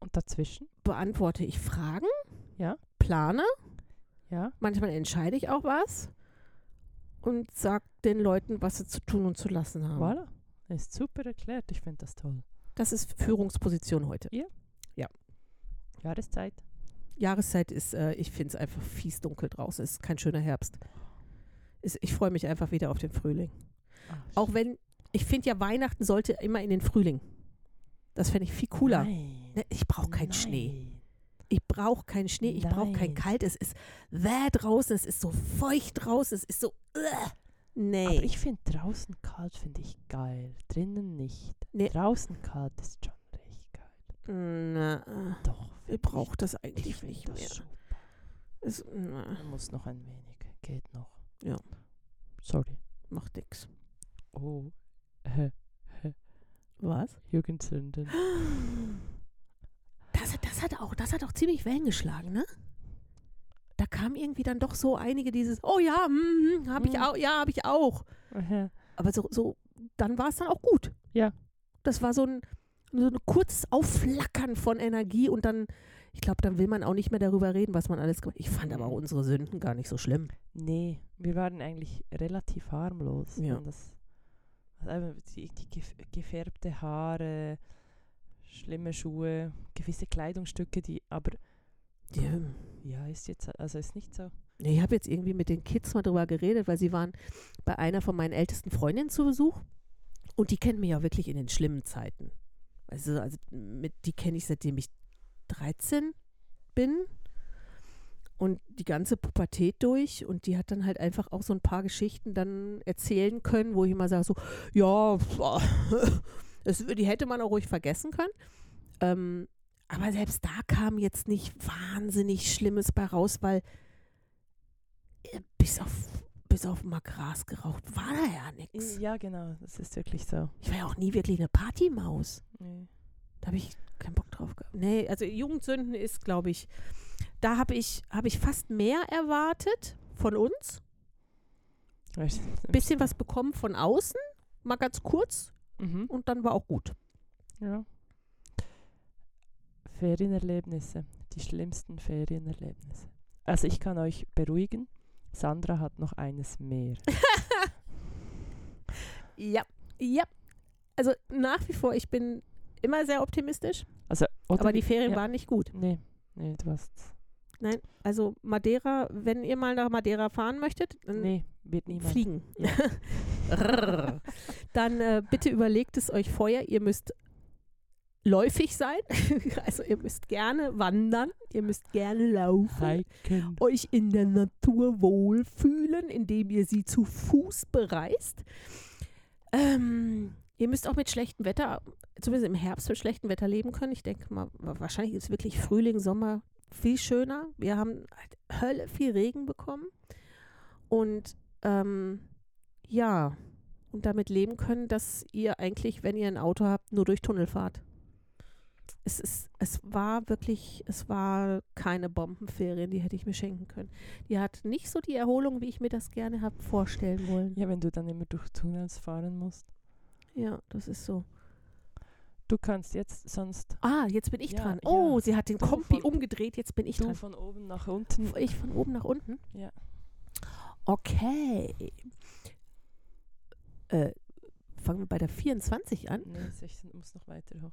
Und dazwischen?
beantworte ich Fragen,
Ja.
plane,
Ja.
manchmal entscheide ich auch was und sage den Leuten, was sie zu tun und zu lassen haben.
Voilà. Ist super erklärt. Ich finde das toll.
Das ist Führungsposition heute.
Jahreszeit.
Jahreszeit ist, äh, ich finde es einfach fies dunkel draußen. Es ist kein schöner Herbst. Es, ich freue mich einfach wieder auf den Frühling.
Ah,
Auch wenn, ich finde ja, Weihnachten sollte immer in den Frühling. Das fände ich viel cooler.
Nein.
Ne, Ich brauche keinen
Nein.
Schnee. Ich brauche keinen Schnee, ich brauche kein
Nein.
Kalt. Es ist wäh draußen, es ist so feucht draußen, es ist so. Äh. Nee.
Aber ich finde draußen kalt finde ich geil. Drinnen nicht.
Nee.
Draußen kalt ist schon richtig geil.
Na,
Doch.
ich brauche das
Ich,
eigentlich
finde
nicht
das
mehr.
super.
Es, ne, na,
Man muss noch ein wenig. Geht noch.
Ja.
Sorry.
macht nix.
Oh.
Was?
<gasps> Jugendsünden.
Das, das hat auch, das hat auch ziemlich Wellen geschlagen, ne? Da kam irgendwie dann doch so einige dieses, oh ja, mm, habe ich
Mhm.
auch, ja, habe ich auch. Aber so, so dann war es dann auch gut.
Ja.
Das war so ein, so ein kurzes Aufflackern von Energie und dann, ich glaube, dann will man auch nicht mehr darüber reden, was man alles gemacht hat. Ich fand aber auch
Mhm.
unsere Sünden gar nicht so schlimm.
Nee, wir waren eigentlich relativ harmlos.
Ja.
Und das, also einfach die, die gef gefärbte Haare, schlimme Schuhe, gewisse Kleidungsstücke, die aber
Ja.
ja, ist jetzt also ist nicht so.
Ich habe jetzt irgendwie mit den Kids mal drüber geredet, weil sie waren bei einer von meinen ältesten Freundinnen zu Besuch und die kennen mich ja wirklich in den schlimmen Zeiten. Also, also mit, die kenne ich seitdem ich 13 bin und die ganze Pubertät durch und die hat dann halt einfach auch so ein paar Geschichten dann erzählen können, wo ich immer sage so, ja, <laughs> das, wür- die hätte man auch ruhig vergessen können. Ähm, aber selbst da kam jetzt nicht wahnsinnig Schlimmes bei raus, weil äh, bis auf, bis auf mal Gras geraucht war da ja nichts.
Ja, genau, das ist wirklich so.
Ich war ja auch nie wirklich eine Partymaus.
Nee.
Da habe ich keinen Bock drauf gehabt. Nee, also Jugendsünden ist, glaube ich, da habe ich, hab ich fast mehr erwartet von uns.
Weißt du, im
Bisschen was
Sta-
bekommen von außen, mal ganz kurz
Mhm.
und dann war auch gut.
Ja. Ferienerlebnisse, die schlimmsten Ferienerlebnisse. Also ich kann euch beruhigen, Sandra hat noch eines
<laughs>
mehr.
Ja, ja. Also nach wie vor, ich bin immer sehr optimistisch,
Also oder
aber
wie-
die Ferien
ja.
waren nicht gut.
Nee, nee, du hast
Also Madeira, wenn ihr mal nach Madeira fahren möchtet, dann
Nee, wird niemand.
fliegen.
Ja.
<laughs> Rrrr. dann äh, bitte überlegt es euch vorher. Ihr müsst läufig sein. <laughs> also ihr müsst gerne wandern. Ihr müsst gerne laufen.
Hiken.
Euch in der Natur wohlfühlen, indem ihr sie zu Fuß bereist. Ähm, ihr müsst auch mit schlechtem Wetter, zumindest im Herbst mit schlechtem Wetter leben können. Ich denke mal, wa- wahrscheinlich ist wirklich Frühling, Sommer viel schöner. Wir haben halt Hölle viel Regen bekommen. Und ähm, ja, und damit leben können, dass ihr eigentlich, wenn ihr ein Auto habt, nur durch Tunnel fahrt. Es, ist, es war wirklich, es war keine Bombenferien, die hätte ich mir schenken können. Die hat nicht so die Erholung, wie ich mir das gerne habe vorstellen wollen.
Ja, wenn du dann immer durch Tunnels fahren musst.
Ja, das ist so.
Du kannst jetzt sonst
Ah, jetzt bin ich
Ja,
dran.
ja.
Oh, sie hat den
Du
Kompi
von-
umgedreht, jetzt bin ich
du
dran.
von oben nach unten.
Ich von oben nach unten?
Ja.
Okay. Äh, fangen wir bei der 24 an.
Nee, 16 muss noch weiter hoch.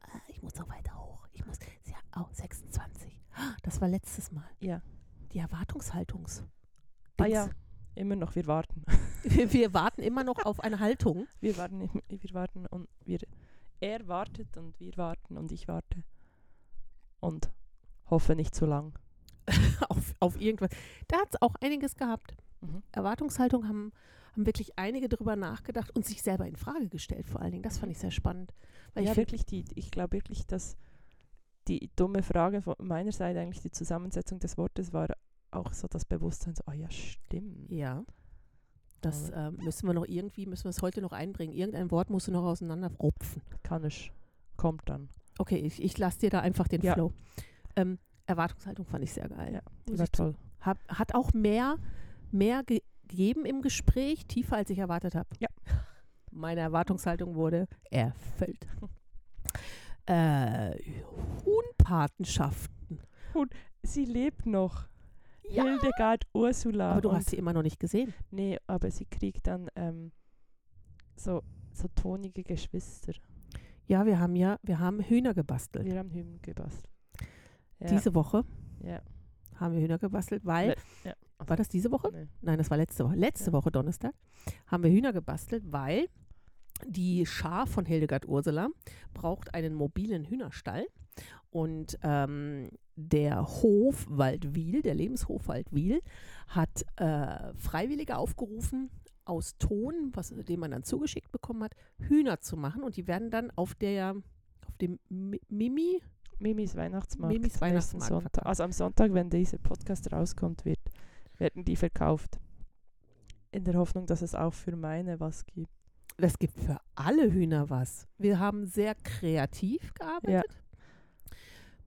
Ah, Ich muss noch weiter hoch. Ich muss. Sie hat, oh, 26. Ah, Das war letztes Mal.
Ja.
Die Erwartungshaltungs.
Ah
Dings.
ja, immer noch, wir warten.
Wir, wir warten immer noch auf eine Haltung. <laughs>
Wir warten, im- wir warten und wir er wartet und wir warten und ich warte. Und hoffe nicht zu lang.
auf, auf irgendwas. Da hat es auch einiges gehabt.
Mhm.
Erwartungshaltung haben, haben wirklich einige drüber nachgedacht und sich selber in Frage gestellt, vor allen Dingen. Das fand ich sehr spannend. Weil
ja,
ich find,
wirklich die, Mhm. ich glaube wirklich, dass die dumme Frage von meiner Seite eigentlich die Zusammensetzung des Wortes war auch so das Bewusstsein, so, ah ja, stimmt.
ja. Das äh, müssen wir noch irgendwie, müssen wir es heute noch einbringen. Irgendein Wort musst du noch auseinanderrupfen.
Kann ich. Kommt dann.
Okay, ich, ich lasse dir da einfach den
Ja.
Flow. Ähm, Erwartungshaltung fand ich sehr geil.
Ja,
Muss
Die
ich
war toll.
Hab, hat auch mehr, mehr ge gegeben im Gespräch, tiefer als ich erwartet habe.
Ja.
<laughs> Meine Erwartungshaltung wurde erfüllt. <laughs> äh, Unpatenschaften.
Sie lebt noch.
Ja.
Hildegard Ursula.
Aber du
und-
hast sie immer noch nicht gesehen.
Nee, aber sie kriegt dann ähm, so, so tonige Geschwister.
Ja, wir haben ja, wir haben Hühner gebastelt.
Wir haben Hymnen gebastelt. Ja.
Diese Woche
Ja.
Haben wir Hühner gebastelt, weil
Le- ja. Ach so.
war das diese Woche?
Nee.
Nein, das war letzte Woche. Letzte
Ja.
Woche Donnerstag haben wir Hühner gebastelt, weil die Schar von Hildegard Ursula braucht einen mobilen Hühnerstall. Und ähm, der Hof Waldwil, der Lebenshof Waldwil, hat äh, Freiwillige aufgerufen, aus Ton, was, den man dann zugeschickt bekommen hat, Hühner zu machen. Und die werden dann auf der auf dem Mi- Mimi,
Mimis Weihnachtsmarkt.
Mimis
nächsten
Weihnachtsmarkt
Sonntag.
verkauft.
Also am Sonntag, wenn dieser Podcast rauskommt, wird, werden die verkauft. In der Hoffnung, dass es auch für meine was gibt.
das gibt für alle Hühner was. Wir haben sehr kreativ gearbeitet,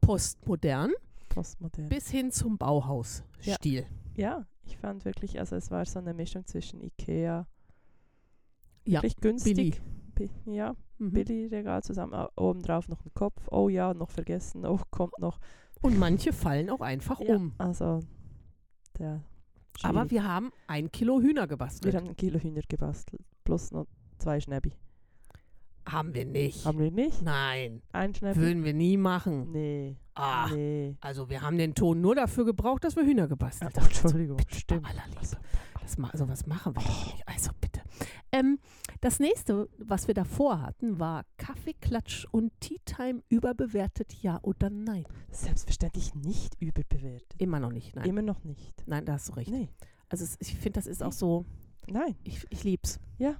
postmodern
Postmodern.
bis hin zum Bauhausstil.
ja, ich fand wirklich, also es war so eine Mischung zwischen Ikea.
Ja,
Wirklich günstig.
Billy.
Bi- Ja,
Mhm.
Billy-Regal zusammen. au- Obendrauf noch ein Kopf. Oh ja, noch vergessen. Oh, kommt noch.
Und manche fallen auch einfach
Ja,
um.
Also, der.
Aber
schwierig.
wir haben ein Kilo Hühner gebastelt.
wir haben ein Kilo Hühner gebastelt. Plus noch zwei Schnäbi.
haben wir nicht.
Haben wir nicht?
Nein,
Ein Schnäbi?
würden wir nie machen.
Nee.
Hm. Ah,
Nee.
also wir haben den Ton nur dafür gebraucht, dass wir Hühner gebastelt
Ach, Entschuldigung,
Bei
stimmt. Oh.
aller Liebe.
Also,
Das ma sowas machen wir doch nicht. Also bitte. Ähm, das nächste, was wir davor hatten, war Kaffeeklatsch und Tea Time überbewertet, ja oder nein?
Selbstverständlich nicht überbewertet.
Immer noch nicht, nein.
Immer noch nicht.
Nein, da hast du recht.
Nee.
Also es, ich finde, das ist auch so,
Nein.
ich, ich lieb's.
Ja.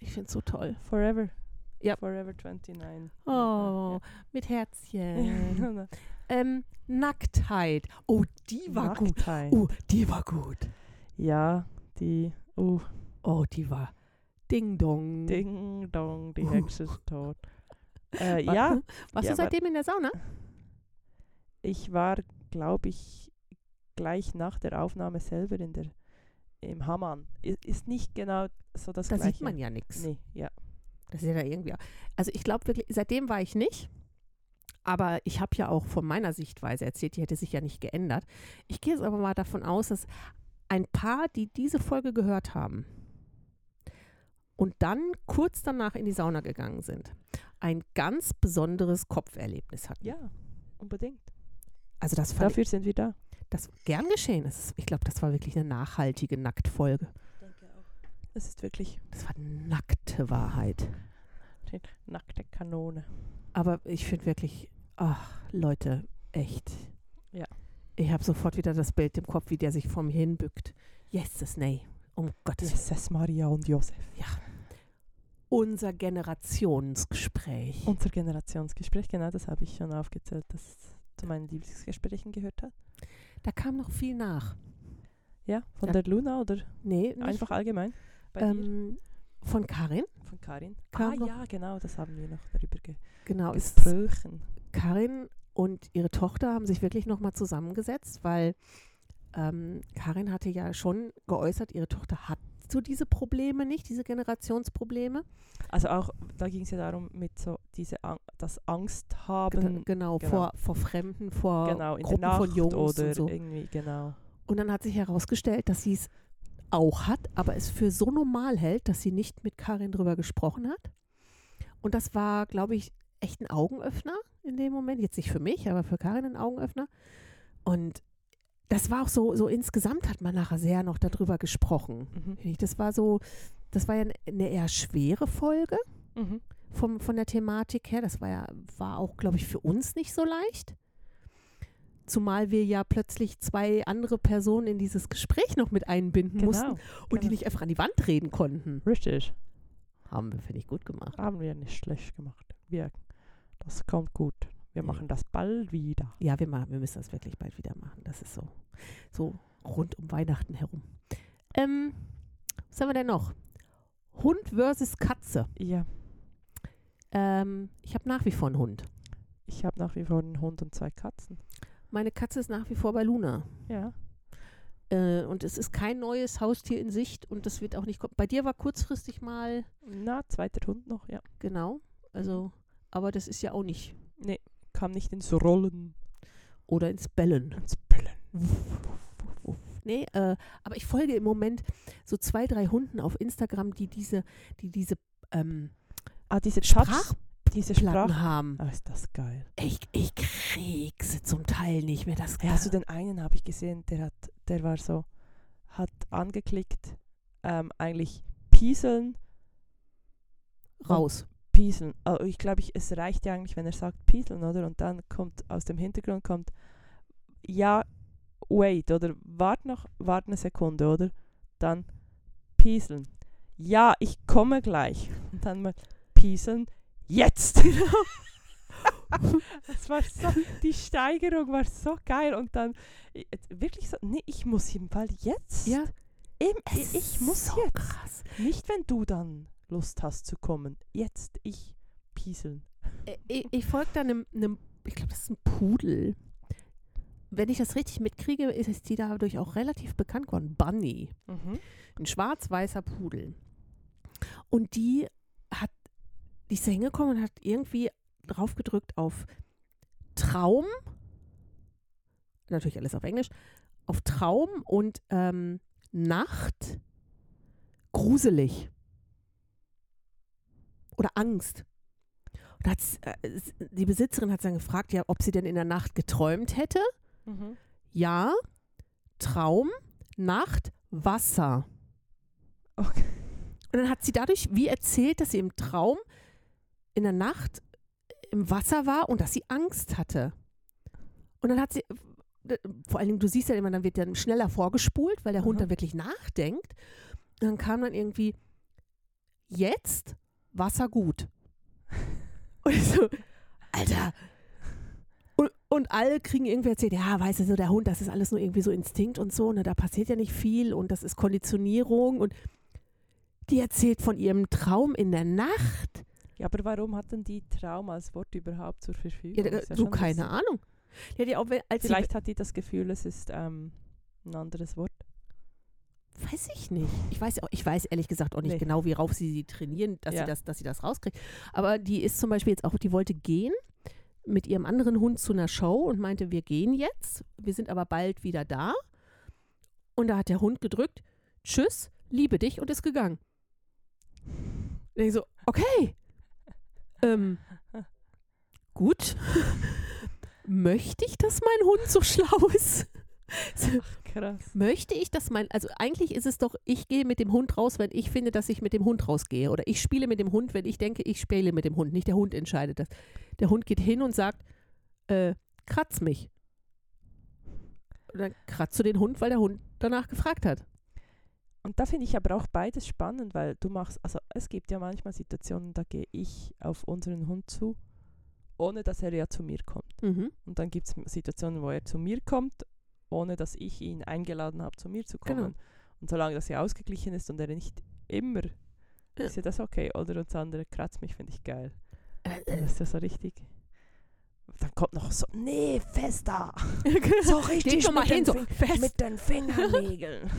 Ich finde es so toll.
Forever.
Ja.
Forever 29.
Oh, mit
Ja.
Herzchen.
Ja. <laughs>
ähm, Nacktheit. Oh, die war gut.
Nacktheit.
Oh, die war gut.
Ja, die. Uh,
Oh, die war Ding Dong.
ding dong, die
Uh.
Hexe ist tot. Äh,
<laughs> Wa-
ja,
Warst
Ja,
du seitdem in der Sauna?
ich war, glaube ich, gleich nach der Aufnahme selber in der im Hammann. I- Ist nicht genau so das
Da
gleiche.
sieht man ja nichts.
Nee, ja.
Das ist ja da irgendwie. Also ich glaube wirklich, seitdem war ich nicht. Aber ich habe ja auch von meiner Sichtweise erzählt, die hätte sich ja nicht geändert. Ich gehe jetzt aber mal davon aus, dass ein paar, die diese Folge gehört haben und dann kurz danach in die Sauna gegangen sind, ein ganz besonderes Kopferlebnis hatten.
Ja, unbedingt.
Also das fand
Dafür sind wir da.
ich das gern geschehen. Das ist, ich glaube, das war wirklich eine nachhaltige Nacktfolge.
Es ist wirklich
Das war nackte Wahrheit.
nackte Kanone.
Aber ich finde wirklich, ach, Leute, echt.
Ja.
Ich habe sofort wieder das Bild im Kopf, wie der sich vor mir hinbückt. Jesus, nee. Um Gottes Willen.
Jesus, Maria und Josef.
Unser Generationsgespräch.
Unser Generationsgespräch, genau das habe ich schon aufgezählt, dass es zu meinen Lieblingsgesprächen gehört hat.
da kam noch viel nach.
Ja, von
Ja.
der Luna oder
Nee, nicht,
einfach allgemein? Bei dir?
ähm, von Karin.
Von Karin?
kam
ah
noch-
ja, genau, das haben wir noch darüber ge
Genau, ist
gesprochen.
Karin und ihre Tochter haben sich wirklich nochmal zusammengesetzt, weil ähm, Karin hatte ja schon geäußert, ihre Tochter hat so diese Probleme nicht, diese Generationsprobleme.
Also auch, da ging es ja darum, mit so diese Ang das Angst haben,
Gena- genau,
genau.
Vor, vor Fremden, vor
genau, in
Gruppen
der Nacht
von Jungs
oder
und so.
irgendwie, genau.
Und dann hat sich herausgestellt, dass sie es auch hat, aber es für so normal hält, dass sie nicht mit Karin drüber gesprochen hat. Und das war, glaube ich, echt ein Augenöffner in dem Moment. Jetzt nicht für mich, aber für Karin ein Augenöffner. Und das war auch so, so insgesamt hat man nachher sehr noch darüber gesprochen.
Mhm.
Finde ich, Das war so, das war ja eine eher schwere Folge
Mhm.
vom, von der Thematik her. Das war ja, war auch, glaube ich, für uns nicht so leicht. Zumal wir ja plötzlich zwei andere Personen in dieses Gespräch noch mit einbinden mussten
Genau,
und die
genau.
nicht einfach an die Wand reden konnten.
richtig.
Haben wir, finde ich, gut gemacht.
Haben wir nicht schlecht gemacht. Wir, das kommt gut. Wir
Ja.
machen das bald wieder.
Ja, wir, machen, wir müssen das wirklich bald wieder machen. Das ist so, so rund um Weihnachten herum. Ähm, was haben wir denn noch? Hund versus Katze.
Ja,
Ähm, ich habe nach wie vor einen Hund.
ich habe nach wie vor einen Hund und zwei Katzen.
Meine Katze ist nach wie vor bei Luna.
Ja.
Äh, und es ist kein neues Haustier in Sicht und das wird auch nicht kommen. Bei dir war kurzfristig mal,
Na, zweiter Hund noch, ja.
genau, also, aber das ist ja auch nicht.
Kam nicht ins Rollen.
Oder ins Bellen.
Ins Bellen.
Nee, äh, aber ich folge im Moment so zwei, drei Hunden auf Instagram, die diese, die diese ähm,
Ah, diese Touch.
Sprach,
Diese
Platten
Sprache.
haben.
Ah, ist das geil.
Ich, ich krieg sie zum Teil nicht mehr. Das
Ja, also den einen habe ich gesehen, der hat, der war so, hat angeklickt, ähm, eigentlich pieseln,
<laughs> raus.
pieseln. Also ich glaube, ich, es reicht ja eigentlich, wenn er sagt pieseln, oder? Und dann kommt aus dem Hintergrund kommt, ja, wait, oder wart noch, wart eine Sekunde, oder? Dann pieseln. Ja, ich komme gleich. <laughs> Und dann mal pieseln, jetzt. <laughs> es war so, die Steigerung war so geil. Und dann i- wirklich so, nee, ich muss im Fall jetzt.
Ja.
Eben, i-
Es
ich
ist
muss
so
jetzt.
krass.
Nicht, wenn du dann Lust hast zu kommen. Jetzt ich pieseln.
Äh, Ich, ich folge da einem, einem ich glaube, das ist ein Pudel. Wenn ich das richtig mitkriege, ist es die dadurch auch relativ bekannt geworden. Bunny. Ein schwarz-weißer Pudel. Und die hat, die ist da hingekommen und hat irgendwie draufgedrückt auf Traum. Natürlich alles auf Englisch. Auf Traum und ähm, Nacht. Gruselig. Oder Angst. Und hat's, äh, s- die Besitzerin hat dann gefragt, ja, ob sie denn in der Nacht geträumt hätte. mhm. Ja, Traum, Nacht, Wasser.
Okay.
Und dann hat sie dadurch wie erzählt, dass sie im Traum in der Nacht im Wasser war und dass sie Angst hatte. Und dann hat sie, äh, vor allen Dingen, du siehst ja immer, dann wird dann schneller vorgespult, weil der Hund
Mhm.
dann wirklich nachdenkt. Und dann kam dann irgendwie, jetzt Wasser gut. Und ich so, Alter. Und, und alle kriegen irgendwie erzählt, ja, weißt du, so der Hund, das ist alles nur irgendwie so Instinkt und so, ne, da passiert ja nicht viel und das ist Konditionierung und die erzählt von ihrem Traum in der Nacht.
Ja, aber warum hatten die Traum als Wort überhaupt zur Verfügung?
Ja, da,
Ist ja
du,
schon
keine
lustig.
Ahnung. Ja, die auch, wenn- als sie-
Vielleicht hat die das Gefühl, es ist ähm, ein anderes Wort.
Weiß ich nicht. Ich weiß, auch- ich weiß ehrlich gesagt auch nicht
Nee.
genau, wie rauf sie sie trainieren, dass,
Ja.
sie das, dass sie das rauskriegt. Aber die ist zum Beispiel jetzt auch, die wollte gehen mit ihrem anderen Hund zu einer Show und meinte, wir gehen jetzt, wir sind aber bald wieder da. Und da hat der Hund gedrückt, tschüss, liebe dich und ist gegangen. Und ich so, okay. Ähm, gut. <laughs> Möchte ich, dass mein Hund so schlau ist?
Krass.
Möchte ich, dass mein, also eigentlich ist es doch, ich gehe mit dem Hund raus, wenn ich finde, dass ich mit dem Hund rausgehe. Oder ich spiele mit dem Hund, wenn ich denke, ich spiele mit dem Hund. Nicht der Hund entscheidet das. Der Hund geht hin und sagt, äh, kratz mich. Und dann kratzt du den Hund, weil der Hund danach gefragt hat.
Und da finde ich aber auch beides spannend, weil du machst, also es gibt ja manchmal Situationen, da gehe ich auf unseren Hund zu, ohne dass er ja zu mir kommt.
Mhm.
Und dann gibt es Situationen, wo er zu mir kommt, ohne dass ich ihn eingeladen habe, zu mir zu kommen.
Genau.
Und solange das ja ausgeglichen ist und er nicht immer,
Ja.
ist ja das okay. Oder und das andere kratzt mich, finde ich geil.
Äh,
Das
äh,
ist ja so richtig. Dann kommt noch so, nee, fester. So
<laughs> Geht
richtig
schon mal
mit,
hin, so
den Fing-
fest.
mit den Fingernägeln.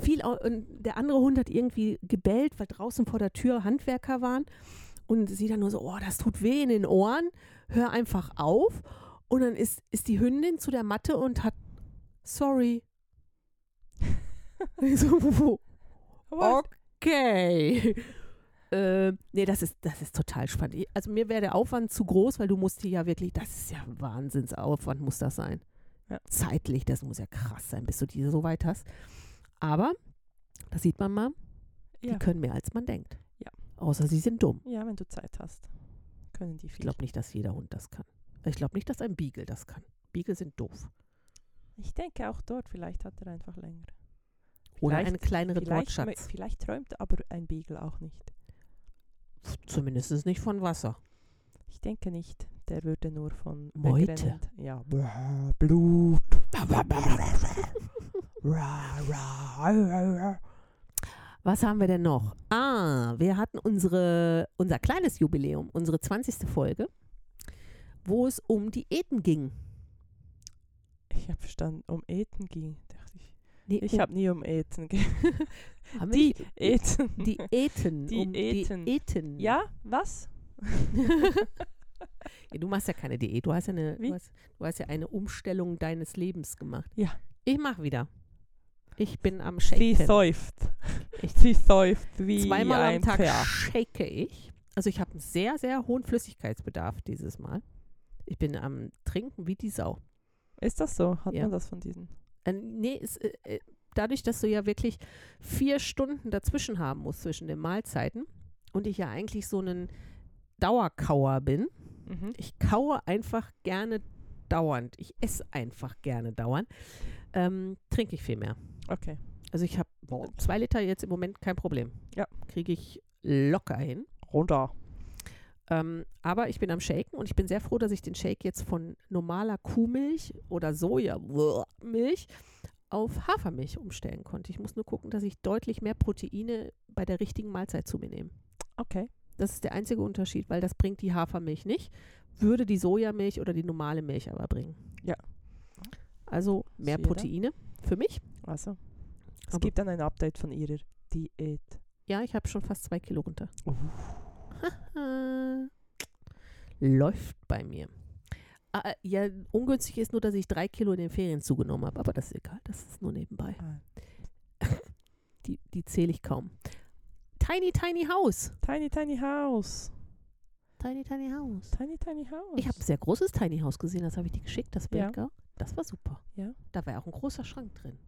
viel au- und der andere Hund hat irgendwie gebellt, weil draußen vor der Tür Handwerker waren und sie dann nur so, oh, das tut weh in den Ohren, hör einfach auf und dann ist, ist die Hündin zu der Matte und hat sorry. <laughs> Ich so, wo-
<laughs> What?
<laughs> okay. Äh, nee, das ist, das ist total spannend. Ich- Also mir wäre der Aufwand zu groß, weil du musst die ja wirklich, das ist ja ein Wahnsinnsaufwand, muss das sein.
Ja.
Zeitlich, das muss ja krass sein, bis du die so weit hast. Aber, das sieht man mal,
Ja.
die können mehr als man denkt.
Ja.
Außer sie sind dumm.
ja, wenn du Zeit hast, können die
Ich
viel.
glaube nicht, dass jeder Hund das kann. Ich glaube nicht, dass ein Beagle das kann. Beagle sind doof.
Ich denke auch dort, vielleicht hat er einfach länger.
Oder
Vielleicht-
einen kleineren
Vielleicht, mö-
Wortschatz.
vielleicht träumt aber ein Beagle auch nicht.
Zumindest nicht
<laughs>
von Wasser. <laughs>
Ich denke nicht. Der würde nur von
Meute.
wegrennen. Ja. Blut.
Was haben wir denn noch? Ah, wir hatten unsere, unser kleines Jubiläum, unsere 20. Folge, wo es um Diäten ging.
Ich habe verstanden, um Eten ging. Dachte ich
Nee,
ich
um-
habe nie um Eten ging.
haben wir
Die
nicht-
Eten. <laughs>
Diäten. um
Diäten.
Diäten.
Ja, was?
Ja, Du machst ja keine Diät, du hast ja eine,
Wie?
du hast, du hast ja eine Umstellung deines Lebens gemacht.
Ja.
Ich mache wieder. Ich bin am
Sie
Shaken.
säuft.
Ich-
Sie säuft wie
Zweimal
ein
am Tag
Pferd.
shake ich. Also ich habe einen sehr, sehr hohen Flüssigkeitsbedarf dieses Mal. Ich bin am Trinken wie die Sau.
Ist das so? Hat
Ja.
man das von diesen?
Äh, nee, es, äh, äh, dadurch, dass du ja wirklich vier Stunden dazwischen haben musst zwischen den Mahlzeiten und ich ja eigentlich so ein Dauerkauer bin,
Mhm.
ich kaue einfach gerne dauernd. Ich esse einfach gerne dauernd. Ähm, trinke ich viel mehr.
Okay.
Also ich habe zwei Liter jetzt im Moment kein Problem.
Ja.
Kriege ich locker hin.
Runter.
Ähm, aber ich bin am Shaken und ich bin sehr froh, dass ich den Shake jetzt von normaler Kuhmilch oder Sojamilch auf Hafermilch umstellen konnte. Ich muss nur gucken, dass ich deutlich mehr Proteine bei der richtigen Mahlzeit zu mir nehme.
Okay.
Das ist der einzige Unterschied, weil das bringt die Hafermilch nicht. Würde die Sojamilch oder die normale Milch aber bringen.
Ja.
Also mehr
Sehe da.
Proteine für mich.
Also, es
Aber-
gibt dann ein Update von ihrer Diät.
Ja, ich habe schon fast zwei Kilo runter.
Uh.
Äh, <laughs> läuft bei mir. Ah, äh, ja, ungünstig ist nur, dass ich drei Kilo in den Ferien zugenommen habe, aber das ist egal, das ist nur nebenbei.
Ah.
<laughs> Die, die zähle ich kaum. Tiny, tiny House.
Tiny Tiny House.
Tiny, tiny House.
Tiny Tiny House.
Ich habe ein sehr großes Tiny House gesehen, das habe ich dir geschickt, das Bild,
Ja.
gell? Das war super.
Ja.
Da war auch ein großer Schrank drin.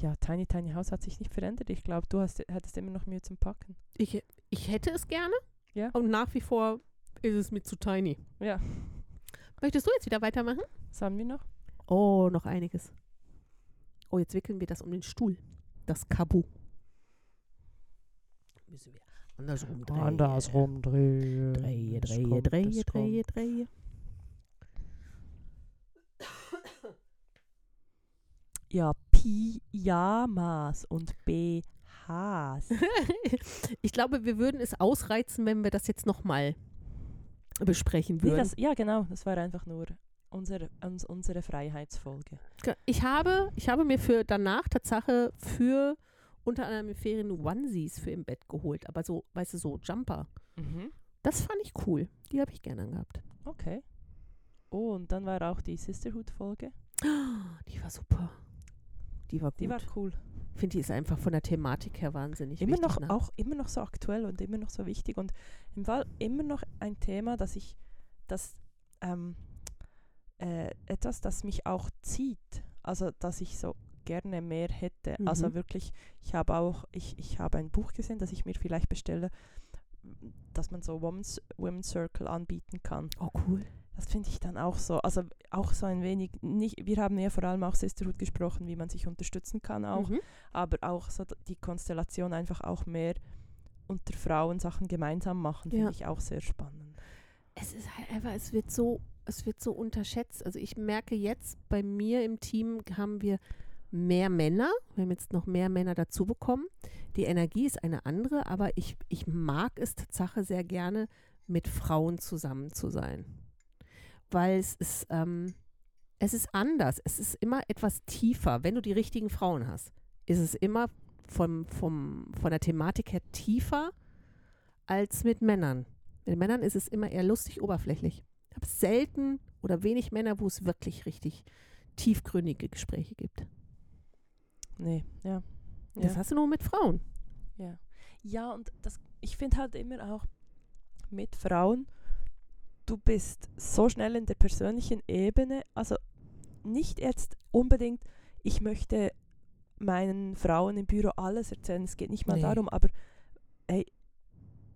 ja, Tiny Tiny House hat sich nicht verändert. Ich glaube, du hast, hattest immer noch Mühe zum Packen.
Ich, ich hätte es gerne.
Ja.
Und nach wie vor ist es mir zu tiny.
Ja.
Möchtest du jetzt wieder weitermachen?
Was haben wir noch?
Oh, noch einiges. Oh, jetzt wickeln wir das um den Stuhl. Das Kabu. Müssen wir andersrum
drehen.
drehen. Drehe, drehe, drehe, drehe, drehe. <laughs>
Ja, Pyjamas und <laughs> BHs.
ich glaube, wir würden es ausreizen, wenn wir das jetzt nochmal besprechen
nee,
würden.
das, ja, genau. Das war einfach nur unsere, uns, unsere Freiheitsfolge.
Ge- Ich habe, ich habe mir für danach Tatsache für unter anderem in Ferien Onesies für im Bett geholt, aber so, weißt du, so Jumper.
Mhm.
Das fand ich cool. Die habe ich gerne angehabt.
Okay. Oh, und dann war auch die Sisterhood-Folge.
Ah, Die war super. Die war gut.
Die war cool.
Ich finde, die ist einfach von der Thematik her wahnsinnig
immer
wichtig.
noch,
ne?
auch immer noch so aktuell und immer noch so wichtig und im Fall immer noch ein Thema, das ich, das ähm, äh, etwas, das mich auch zieht, also dass ich so gerne mehr hätte. Also
Mhm.
wirklich, ich habe auch, ich, ich habe ein Buch gesehen, das ich mir vielleicht bestelle, m, dass man so Women's, Women's Circle anbieten kann.
Oh, cool.
Das finde ich dann auch so, also auch so ein wenig, nicht, wir haben ja vor allem auch Sisterhood gesprochen, wie man sich unterstützen kann auch
Mhm.
aber auch so d- die Konstellation einfach auch mehr unter Frauen Sachen gemeinsam machen, finde
Ja.
ich auch sehr spannend.
Es ist halt einfach, es wird so, es wird so unterschätzt. Also ich merke jetzt, bei mir im Team haben wir mehr Männer. Wir haben jetzt noch mehr Männer dazu bekommen. Die Energie ist eine andere, aber ich, ich mag es Tatsache sehr gerne, mit Frauen zusammen zu sein. Weil es ist, ähm, es ist anders. Es ist immer etwas tiefer. Wenn du die richtigen Frauen hast, ist es immer vom, vom, von der Thematik her tiefer als mit Männern. Mit den Männern ist es immer eher lustig oberflächlich. Ich habe selten oder wenig Männer, wo es wirklich richtig tiefgründige Gespräche gibt.
Nee, ja.
Und Das
Ja.
hast du nur mit Frauen.
Ja, ja und das, ich finde halt immer auch mit Frauen, du bist so schnell in der persönlichen Ebene, also nicht jetzt unbedingt, ich möchte meinen Frauen im Büro alles erzählen, es geht nicht mal
Nee.
darum, aber ey,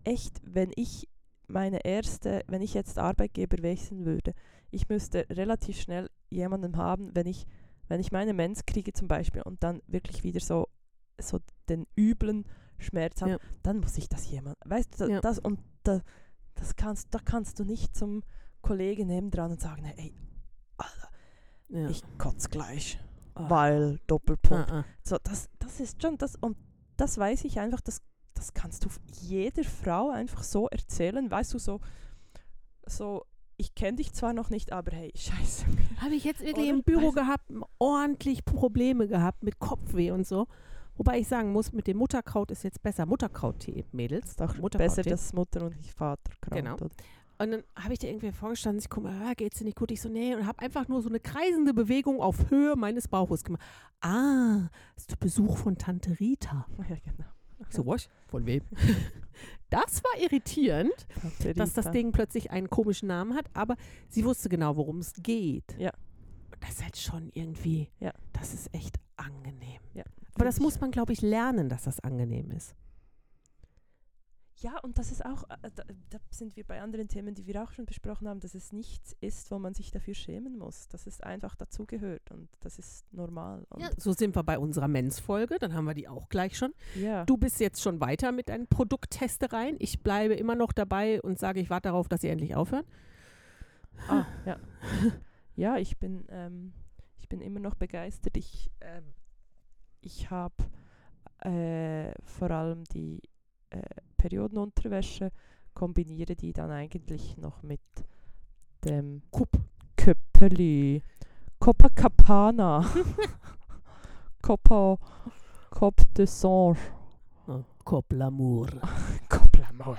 echt, wenn ich meine erste, wenn ich jetzt Arbeitgeber wechseln würde, ich müsste relativ schnell jemanden haben, wenn ich, wenn ich meine Mens kriege zum Beispiel und dann wirklich wieder so, so den üblen Schmerz habe,
Ja.
dann muss ich das jemand, weißt du, da-
Ja.
das und da, das kannst, da kannst du nicht zum Kollegen nebendran und sagen, ey, Alter,
Ja.
ich kotze gleich,
Ah.
weil Doppelpunkt.
Ah, ah.
So, das, das ist schon das und das weiß ich einfach, das, das kannst du jeder Frau einfach so erzählen, weißt du, so, so ich kenne dich zwar noch nicht, aber hey, <laughs> scheiße.
Habe ich jetzt wirklich
Oder?
im Büro
Weißt-
gehabt, m- ordentlich Probleme gehabt mit Kopfweh und so. Wobei ich sagen muss, mit dem Mutterkraut ist jetzt besser. Mutterkrauttee, Mädels.
Ist doch
Mutter
besser,
Vater.
dass Mutter und nicht Vater krank
Genau.
oder? <laughs>
Und dann habe ich dir irgendwie vorgestanden, ich gucke mal, ah, geht's dir nicht gut? Ich so, nee, und habe einfach nur so eine kreisende Bewegung auf Höhe meines Bauches gemacht. Ah, ist der Besuch von Tante Rita.
Ja, genau.
Ich so, was? Von wem? <laughs> Das war irritierend,
Tante
dass das
Rita.
Ding plötzlich einen komischen Namen hat, aber sie wusste genau, worum es geht.
Ja.
Und Das ist halt schon irgendwie,
Ja.
das ist echt angenehm.
Ja,
Aber das
ich-
muss man, glaube ich, lernen, dass das angenehm ist.
Ja, und das ist auch, äh, da, da sind wir bei anderen Themen, die wir auch schon besprochen haben, dass es nichts ist, wo man sich dafür schämen muss. Das ist einfach dazugehört und das ist normal. Und
So sind wir bei unserer Mens-Folge, dann haben wir die auch gleich schon.
ja.
Du bist jetzt schon weiter mit deinen Produkttestereien. Ich bleibe immer noch dabei und sage, ich warte darauf, dass sie endlich aufhören.
Ah, ja. <laughs> ja, ich bin, ähm, ich bin immer noch begeistert. Ich, ähm, ich habe äh, vor allem die äh, Periodenunterwäsche, kombiniere die dann eigentlich noch mit dem
Kup.
Köpeli, Copacabana, Copa, Cop de Sange,
Oh, Cop l'amour. <laughs>
Cop l'amour.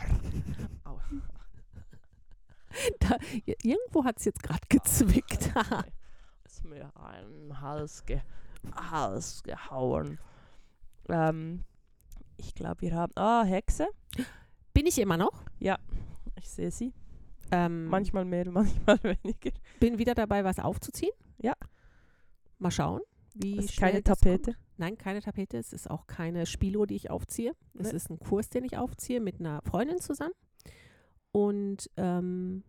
Ir- Irgendwo hat es jetzt gerade gezwickt.
<laughs> ist mir am Hals, ge Hals gehauen. Ähm, ich glaube, wir haben. Ah, Hexe.
Bin ich immer noch?
Ich sehe sie.
Ähm,
Manchmal mehr, <laughs> manchmal weniger.
bin wieder dabei, was aufzuziehen.
Ja.
Mal schauen, wie
Ist
schnell
keine
das
Tapete.
Kommt. Nein, keine Tapete. Es ist auch keine Spilo, die ich aufziehe. Es
Nee.
ist ein Kurs, den ich aufziehe mit einer Freundin zusammen. Und ähm,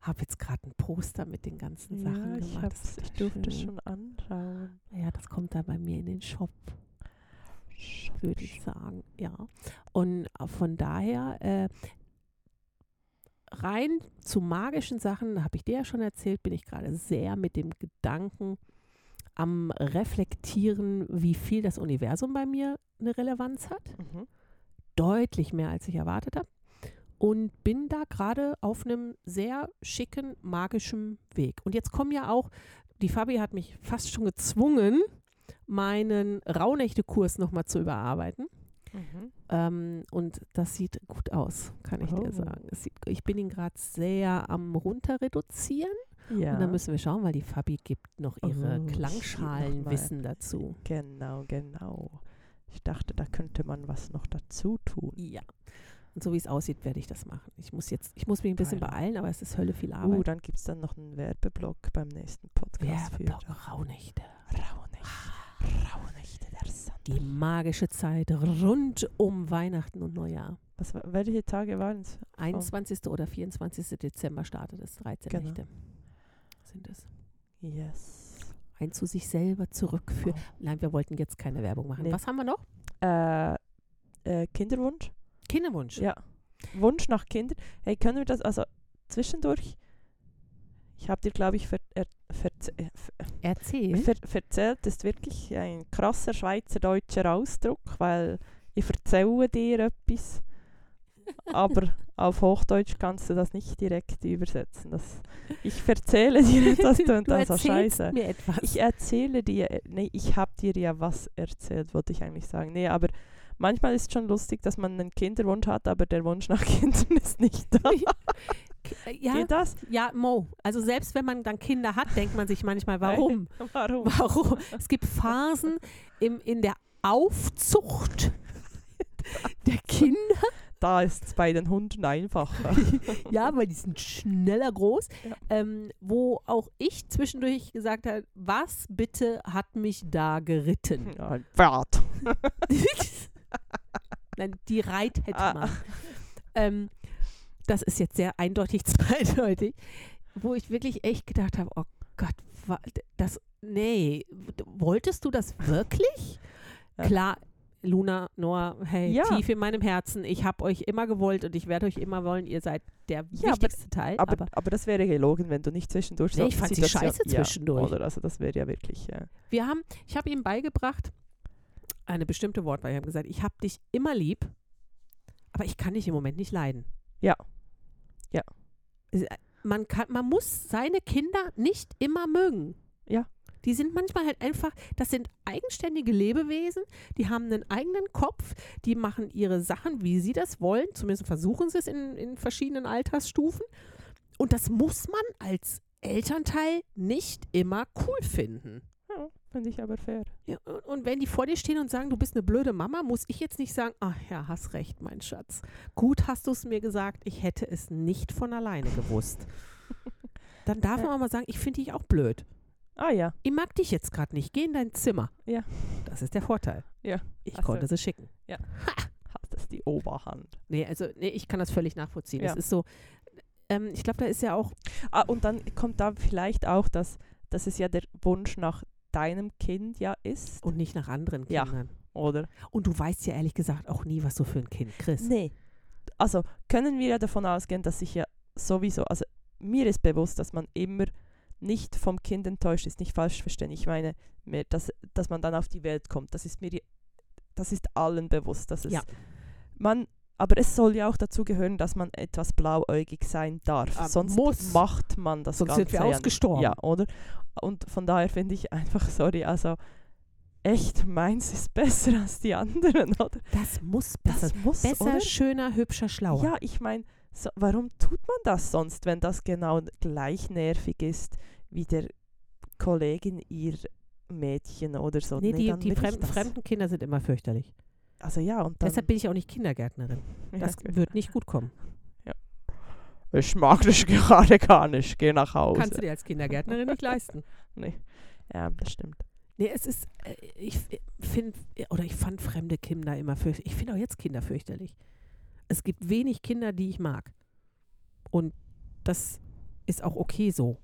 habe jetzt gerade ein Poster mit den ganzen Sachen
ja, ich,
gemacht. Das
hab's,
ist
ich
total
durfte
schön.
schon anschauen.
Ja, das kommt dann bei mir in den Shop, würde ich sagen. Ja. Und äh, von daher, äh, rein zu magischen Sachen, habe ich dir ja schon erzählt, bin ich gerade sehr mit dem Gedanken am Reflektieren, wie viel das Universum bei mir eine Relevanz hat.
Mhm.
Deutlich mehr, als ich erwartet habe. Und bin da gerade auf einem sehr schicken, magischen Weg. Und jetzt kommen ja auch, die Fabi hat mich fast schon gezwungen, meinen Rauhnächte-Kurs nochmal zu überarbeiten.
Mhm.
Ähm, und das sieht gut aus, kann ich
Oh.
dir sagen. Es sieht, ich bin ihn gerade sehr am runter reduzieren.
Ja,
Und dann müssen wir schauen, weil die Fabi gibt noch
Oh,
ihre
ich schieb noch mal.
Klangschalenwissen dazu.
genau, genau. Ich dachte, da könnte man was noch dazu tun.
Ja. Und so wie es aussieht, werde ich das machen. Ich muss jetzt, ich muss mich ein bisschen
Geil.
beeilen, aber es ist Hölle viel
Uh,
Arbeit.
dann gibt es dann noch einen Werbeblock beim nächsten Podcast
Werbeblock, Ah. Rauhnächte.
für Rauhnächte. Rauhnächte der Sand.
Die magische Zeit rund um Weihnachten und Neujahr.
Was, war- welche Tage waren es?
21. oder 24. Dezember startet es, 13
Genau.
Nächte sind es.
Yes.
Ein zu sich selber zurückführen.
Oh.
Nein, wir wollten jetzt keine Werbung machen.
Nee.
Was haben wir noch?
Äh, äh, Kinderwunsch?
Kinderwunsch.
Ja. Wunsch nach Kindern. Hey, können wir das also zwischendurch? Ich habe dir, glaube ich, ver er verze- äh,
Erzähl.
<laughs> ver verzählt, ist wirklich ein krasser schweizerdeutscher Ausdruck, weil ich erzähle dir
<laughs>
etwas, aber auf Hochdeutsch kannst du das nicht direkt übersetzen. Das, ich erzähle dir etwas,
<laughs> du
tönt dann so
erzählst
scheiße.
mir etwas.
Ich erzähle dir, äh, nee, ich habe dir ja was erzählt, wollte ich eigentlich sagen. Nee, aber manchmal ist schon lustig, dass man einen Kinderwunsch hat, aber der Wunsch nach <laughs> Kindern ist nicht da. äh,
ja,
Geht das?
ja, Mo. Also selbst wenn man dann Kinder hat, denkt man sich manchmal, warum?
<laughs> Warum?
Warum? Es gibt Phasen im, in der
<laughs>
Aufzucht der Kinder.
Da ist es bei den Hunden
<laughs>
einfacher.
Ja, weil die sind schneller groß.
Ja.
Ähm, wo auch ich zwischendurch gesagt habe, was bitte hat mich da geritten?
Ja, Ein Pferd.
<laughs> Nein, die Reit hätte
Ah.
man. Ähm, das ist jetzt sehr eindeutig, <laughs> zweideutig, wo ich wirklich echt gedacht habe, oh Gott, wa- das, nee, d- wolltest du das wirklich?
Ja.
Klar, Luna, Noah, hey,
Ja.
tief in meinem Herzen, ich habe euch immer gewollt und ich werde euch immer wollen, ihr seid der
Ja, aber-
wichtigste Teil, aber,
Aber, aber, das wäre gelogen, wenn du nicht zwischendurch
nee,
so
ich fand sie
Situation-
scheiße
Ja,
zwischendurch.
oder? Also das wäre ja wirklich. Äh,
Wir haben, ich habe ihm beigebracht, eine bestimmte Wortwahl. Ich habe gesagt, ich habe dich immer lieb, aber ich kann dich im Moment nicht leiden.
Ja. Ja.
Es- Man, kann, man muss seine Kinder nicht immer mögen.
Ja.
Die sind manchmal halt einfach, das sind eigenständige Lebewesen, die haben einen eigenen Kopf, die machen ihre Sachen, wie sie das wollen, zumindest versuchen sie es in, in verschiedenen Altersstufen. Und das muss man als Elternteil nicht immer cool finden.
Finde ich aber fair.
Ja, und- und wenn die vor dir stehen und sagen, du bist eine blöde Mama, muss ich jetzt nicht sagen, ach ja, hast recht, mein Schatz. Gut hast du es mir gesagt, ich hätte es nicht von
<laughs>
alleine gewusst. Dann darf man auch mal sagen, ich finde dich auch blöd.
Ah ja,
Ich mag dich jetzt gerade nicht, geh in dein Zimmer.
Ja.
Das ist der Vorteil.
Ja.
Ich
Ach so.
konnte sie schicken.
hat das die Oberhand.
Nee, also nee, ich kann das völlig nachvollziehen.
Ja.
Es ist so, ähm, ich glaube, da ist ja auch
Ah, und dann kommt da vielleicht auch, dass, dass es ja der Wunsch nach deinem Kind ja ist,
und nicht nach anderen
Ja.
Kindern.
oder?
Und du weißt ja ehrlich gesagt auch nie, was du für ein Kind kriegst.
Nee. Also können wir ja davon ausgehen, dass ich ja sowieso, also mir ist bewusst, dass man immer nicht vom Kind enttäuscht ist, nicht falsch verstehen. Ich meine, mir, dass, dass man dann auf die Welt kommt, das ist mir, je- das ist allen bewusst. Dass es,
Ja.
man, aber es soll ja auch dazu gehören, dass man etwas blauäugig sein darf.
Ah,
Sonst
muss.
macht man das
Sonst
Ganze
sind wir
ja nicht.
ausgestorben.
Ja, oder? Und von daher finde ich einfach, sorry, also echt, meins ist besser als die anderen, <laughs> oder?
Das muss besser.
muss,
besser, schöner, hübscher, schlauer.
ja, ich meine, so, warum tut man das sonst, wenn das genau gleich nervig ist wie der Kollegin ihr Mädchen oder so?
Nee, die,
dann
die
will ich
fremden,
das-
fremden Kinder sind immer fürchterlich.
Also ja, und dann. <laughs>
Deshalb bin ich auch nicht Kindergärtnerin.
ja,
Das
gut.
wird nicht gut kommen.
ich mag dich gerade gar nicht, geh nach Hause.
Kannst du dir als Kindergärtnerin nicht leisten.
nee. Ja, das stimmt.
<laughs> Nee, es ist, äh, ich finde, oder ich fand fremde Kinder immer fürchterlich. Ich finde auch jetzt Kinder fürchterlich. Es gibt wenig Kinder, die ich mag. Und das ist auch okay so.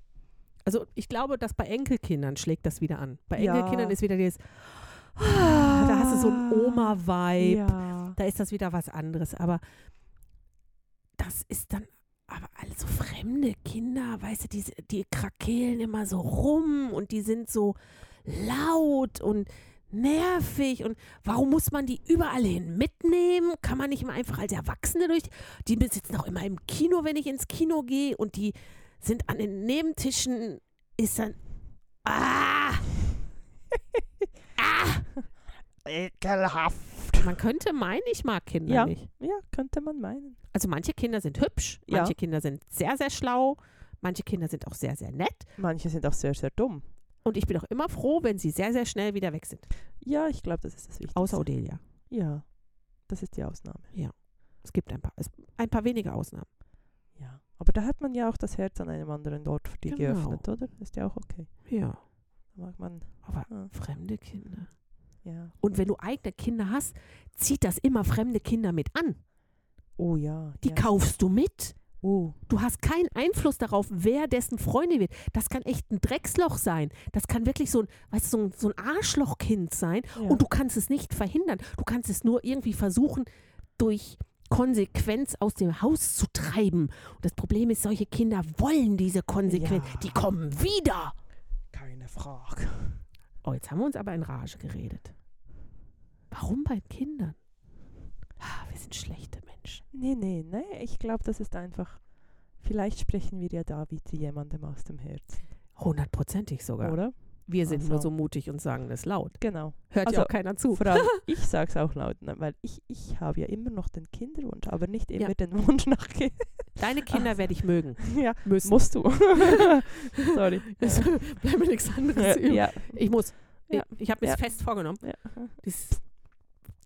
Also ich glaube, dass bei Enkelkindern schlägt das wieder an. Bei
Ja.
Enkelkindern ist wieder dieses, ah, da hast du so ein Oma-Vibe.
Ja.
da ist das wieder was anderes. Aber das ist dann, aber also fremde Kinder, weißt du, die, die krakeelen immer so rum und die sind so laut und nervig und warum muss man die überall hin mitnehmen? Kann man nicht mal einfach als Erwachsene durch? Die sitzen auch immer im Kino, wenn ich ins Kino gehe und die sind an den Nebentischen, ist dann, ah,
Ekelhaft.
man könnte meinen, ich mag Kinder
Ja.
nicht.
Ja, könnte man meinen.
Also manche Kinder sind hübsch,
Ja.
manche Kinder sind sehr, sehr schlau, manche Kinder sind auch sehr, sehr nett.
Manche sind auch sehr, sehr dumm.
Und ich bin auch immer froh, wenn sie sehr, sehr schnell wieder weg sind.
Ja, ich glaube, das ist das Wichtigste.
Außer Odelia.
Ja, das ist die Ausnahme.
Es gibt ein paar, es, ein paar wenige Ausnahmen.
Ja, aber da hat man ja auch das Herz an einem anderen Ort für die
Genau.
geöffnet, oder? Ist ja auch okay.
Ja.
Da mag man.
Aber
Ah,
fremde Kinder.
ja.
Und wenn du eigene Kinder hast, zieht das immer fremde Kinder mit an.
Oh ja.
Die
ja.
kaufst du mit.
Oh,
Du hast keinen Einfluss darauf, wer dessen Freundin wird. Das kann echt ein Drecksloch sein. Das kann wirklich so ein, weißt du, so ein, so ein Arschlochkind sein.
ja.
Und du kannst es nicht verhindern. Du kannst es nur irgendwie versuchen, durch Konsequenz aus dem Haus zu treiben. Und das Problem ist, solche Kinder wollen diese Konsequenz.
Ja.
Die kommen wieder.
keine Frage.
Oh, jetzt haben wir uns aber in Rage geredet. Warum bei Kindern? Ah, wir sind schlechte Menschen.
Nee, nee, nee. Ich glaube, das ist einfach. Vielleicht sprechen wir ja da wieder jemandem aus dem Herzen,
Hundertprozentig sogar.
oder?
Wir sind
Ach
nur
so.
so mutig und sagen das laut.
Genau.
Hört
Also,
ja auch keiner zu.
Vor allem,
<laughs>
ich sage es auch laut, ne, weil ich, ich habe ja immer noch den Kinderwunsch, aber nicht
Ja.
immer den Wunsch nach Kind.
<laughs> Deine Kinder werde ich mögen
ja,
müssen.
musst
<laughs>
du. Sorry.
es bleibt mir nichts anderes übrig.
ja.
Ich muss.
Ja.
Ich, ich habe mir
Ja.
fest vorgenommen.
ja.
Das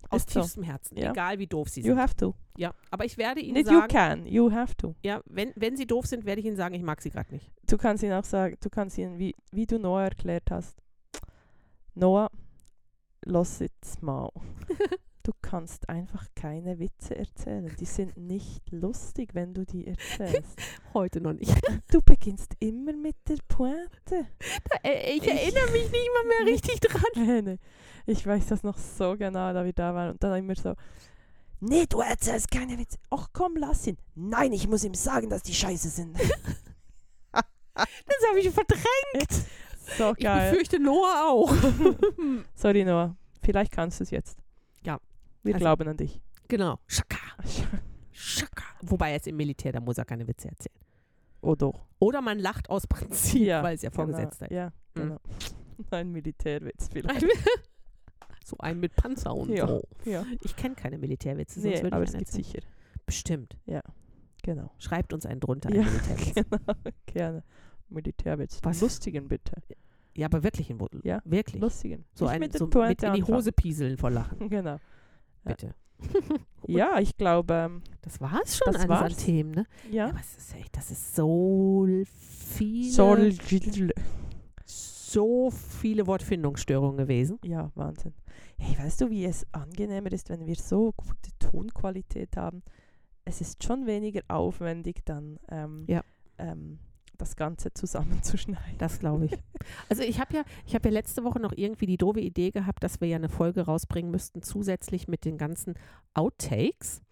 aus
Ist so.
tiefstem Herzen,
Ja.
egal wie doof sie
You
sind.
have to.
Ja, aber ich werde ihnen
Nicht you
sagen,
can, you have to.
ja, wenn, wenn sie doof sind, werde ich ihnen sagen, ich mag sie gerade nicht.
du kannst ihn auch sagen, du kannst ihn, wie, wie du Noah erklärt hast, Noah, lass jetzt mal.
<laughs>
Du kannst einfach keine Witze erzählen. Die sind nicht lustig, wenn du die erzählst.
<laughs> Heute noch nicht.
Du beginnst immer mit der
<laughs>
Pointe.
Äh, ich
Ich-
erinnere mich nicht mal mehr richtig dran.
Nee, nee. Ich weiß das noch so genau, da wir da waren. Und dann immer so, nee, du erzählst keine Witze. Ach komm, lass ihn. Nein, ich muss ihm sagen, dass die scheiße sind.
Das habe ich verdrängt.
So
Ich
geil.
befürchte Noah auch.
<laughs> Sorry, Noah. Vielleicht kannst du es jetzt.
Ja.
Wir
Also-
glauben an dich.
genau. Schaka, schaka. Wobei er ist im Militär, da muss er keine Witze erzählen.
Oh doch.
Oder man lacht aus Prinzip,
Ja,
weil es ja vorgesetzt
genau. Ja,
Mhm.
genau. <laughs> Ein Militärwitz vielleicht.
ist. <laughs> so einen mit Panzer und
Ja.
so.
Ja.
Ich kenne keine Militärwitze, sonst
Nee,
würde
aber
ich
es
einen
gibt
erzählen.
sicher.
Bestimmt.
Genau.
Schreibt uns einen drunter,
<laughs> Ja,
einen Militärwitz.
genau. Gerne. Militärwitz.
Was?
Lustigen bitte.
Ja, aber wirklich in Wuddel.
Ja.
Wirklich.
Lustigen.
So,
Nicht
ein,
mit
so
der Pointe
mit in die
anfangen.
Hose pieseln vor Lachen,
<laughs> Genau. Ja.
bitte. Gut.
Ja, ich glaube, ähm,
Das war es schon
Das
an
war's.
Themen, ne?
ja.
aber es ist echt, das ist so viele,
Sol
so viele Wortfindungsstörungen gewesen.
Ja, Wahnsinn. Hey, weißt du, wie es angenehmer ist, wenn wir so gute Tonqualität haben? Es ist schon weniger aufwendig, dann ähm,
Ja.
ähm, das Ganze <laughs> zusammenzuschneiden.
Das glaube ich. <laughs> Also ich habe ja, ich habe ja letzte Woche noch irgendwie die doofe Idee gehabt, dass wir ja eine Folge rausbringen müssten, zusätzlich mit den ganzen Outtakes.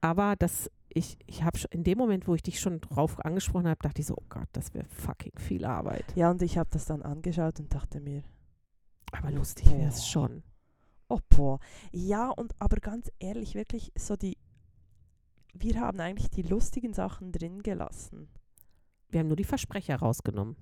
Aber das, ich, ich habe in dem Moment, wo ich dich schon drauf angesprochen habe, dachte ich so, oh Gott, das wäre fucking viel Arbeit.
Ja, und ich habe das dann angeschaut und dachte mir,
Aber lustig wäre
Boah.
es schon.
oh boah. Ja, und aber ganz ehrlich, wirklich so die, wir haben eigentlich die lustigen Sachen drin gelassen.
Wir haben nur die Versprecher rausgenommen.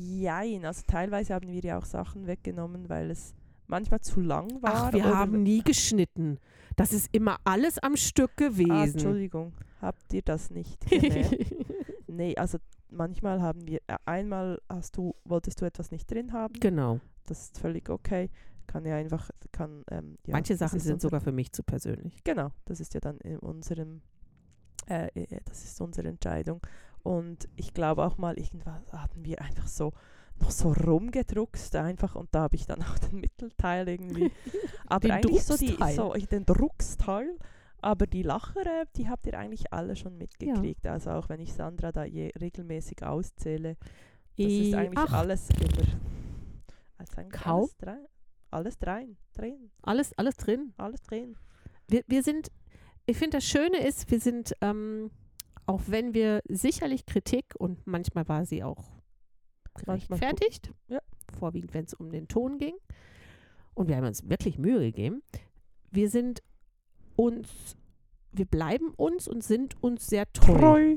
Jein, also teilweise haben wir ja auch Sachen weggenommen, weil es manchmal zu lang war.
Ach, wir
oder-
haben nie geschnitten. Das ist immer alles am Stück
Ah,
gewesen.
Entschuldigung, habt ihr das nicht
<laughs>
gemerkt? Nee, also manchmal haben wir, äh, einmal hast du, wolltest du etwas nicht drin haben,
genau.
das ist völlig okay. Kann ja einfach, kann, ähm, ja,
Manche
das
Sachen
ist
sind
unser,
sogar für mich zu persönlich.
Genau, das ist ja dann in unserem, äh, äh, das ist unsere Entscheidung. Und ich glaube auch mal, irgendwas hatten wir einfach so, noch so rumgedruckst einfach und da habe ich dann <laughs> auch den Mittelteil
<laughs>
irgendwie. Aber
Den
eigentlich so, die,
Drucksteil.
so äh, den Drucksteil. Aber die Lacher, äh, die habt ihr eigentlich alle schon mitgekriegt. Also auch wenn ich Sandra da je regelmäßig auszähle, das ist eigentlich
Eh, Ach,
alles immer. Also eigentlich
Kaum.
alles drei. Alles drein. Drehen.
alles, alles drin.
Alles drehen.
wir, wir sind, ich finde, das Schöne ist, wir sind, ähm, auch wenn wir sicherlich Kritik und manchmal war sie auch
Manchmal
gerechtfertigt,
Ja.
vorwiegend, wenn es um den Ton ging, und wir haben uns wirklich Mühe gegeben, wir sind uns, wir bleiben uns und sind uns sehr treu,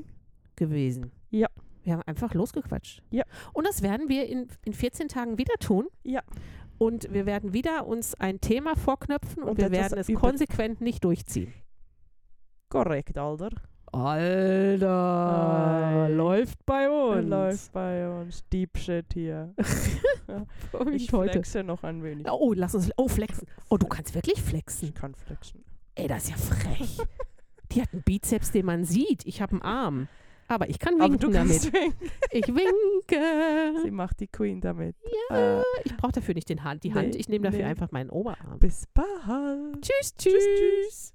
gewesen.
Ja.
Wir haben einfach losgequatscht.
Ja.
Und das werden wir in, in 14 Tagen wieder tun.
Ja.
Und wir werden wieder uns ein Thema vorknöpfen und,
Und
wir
etwas
werden es
über-
konsequent nicht durchziehen.
Korrekt, Alter.
Alter,
Ei.
läuft bei uns.
Läuft bei uns. Deep Shit
<laughs>
hier. Ich
Verrückt heute.
flexe noch ein wenig.
Oh, lass uns. Oh, flexen. Oh, du kannst wirklich flexen.
Ich kann flexen.
Ey, das ist ja frech. Die hat einen Bizeps, den man sieht. Ich habe einen Arm. Aber ich kann winken
Aber du
damit.
kannst winken.
Ich
Sie
winke.
macht die Queen damit.
Ja,
Äh,
ich brauche dafür nicht den Hand, die
nee,
Hand. Ich nehme dafür
nee.
einfach meinen Oberarm.
bis bald.
Tschüss, tschüss.
tschüss.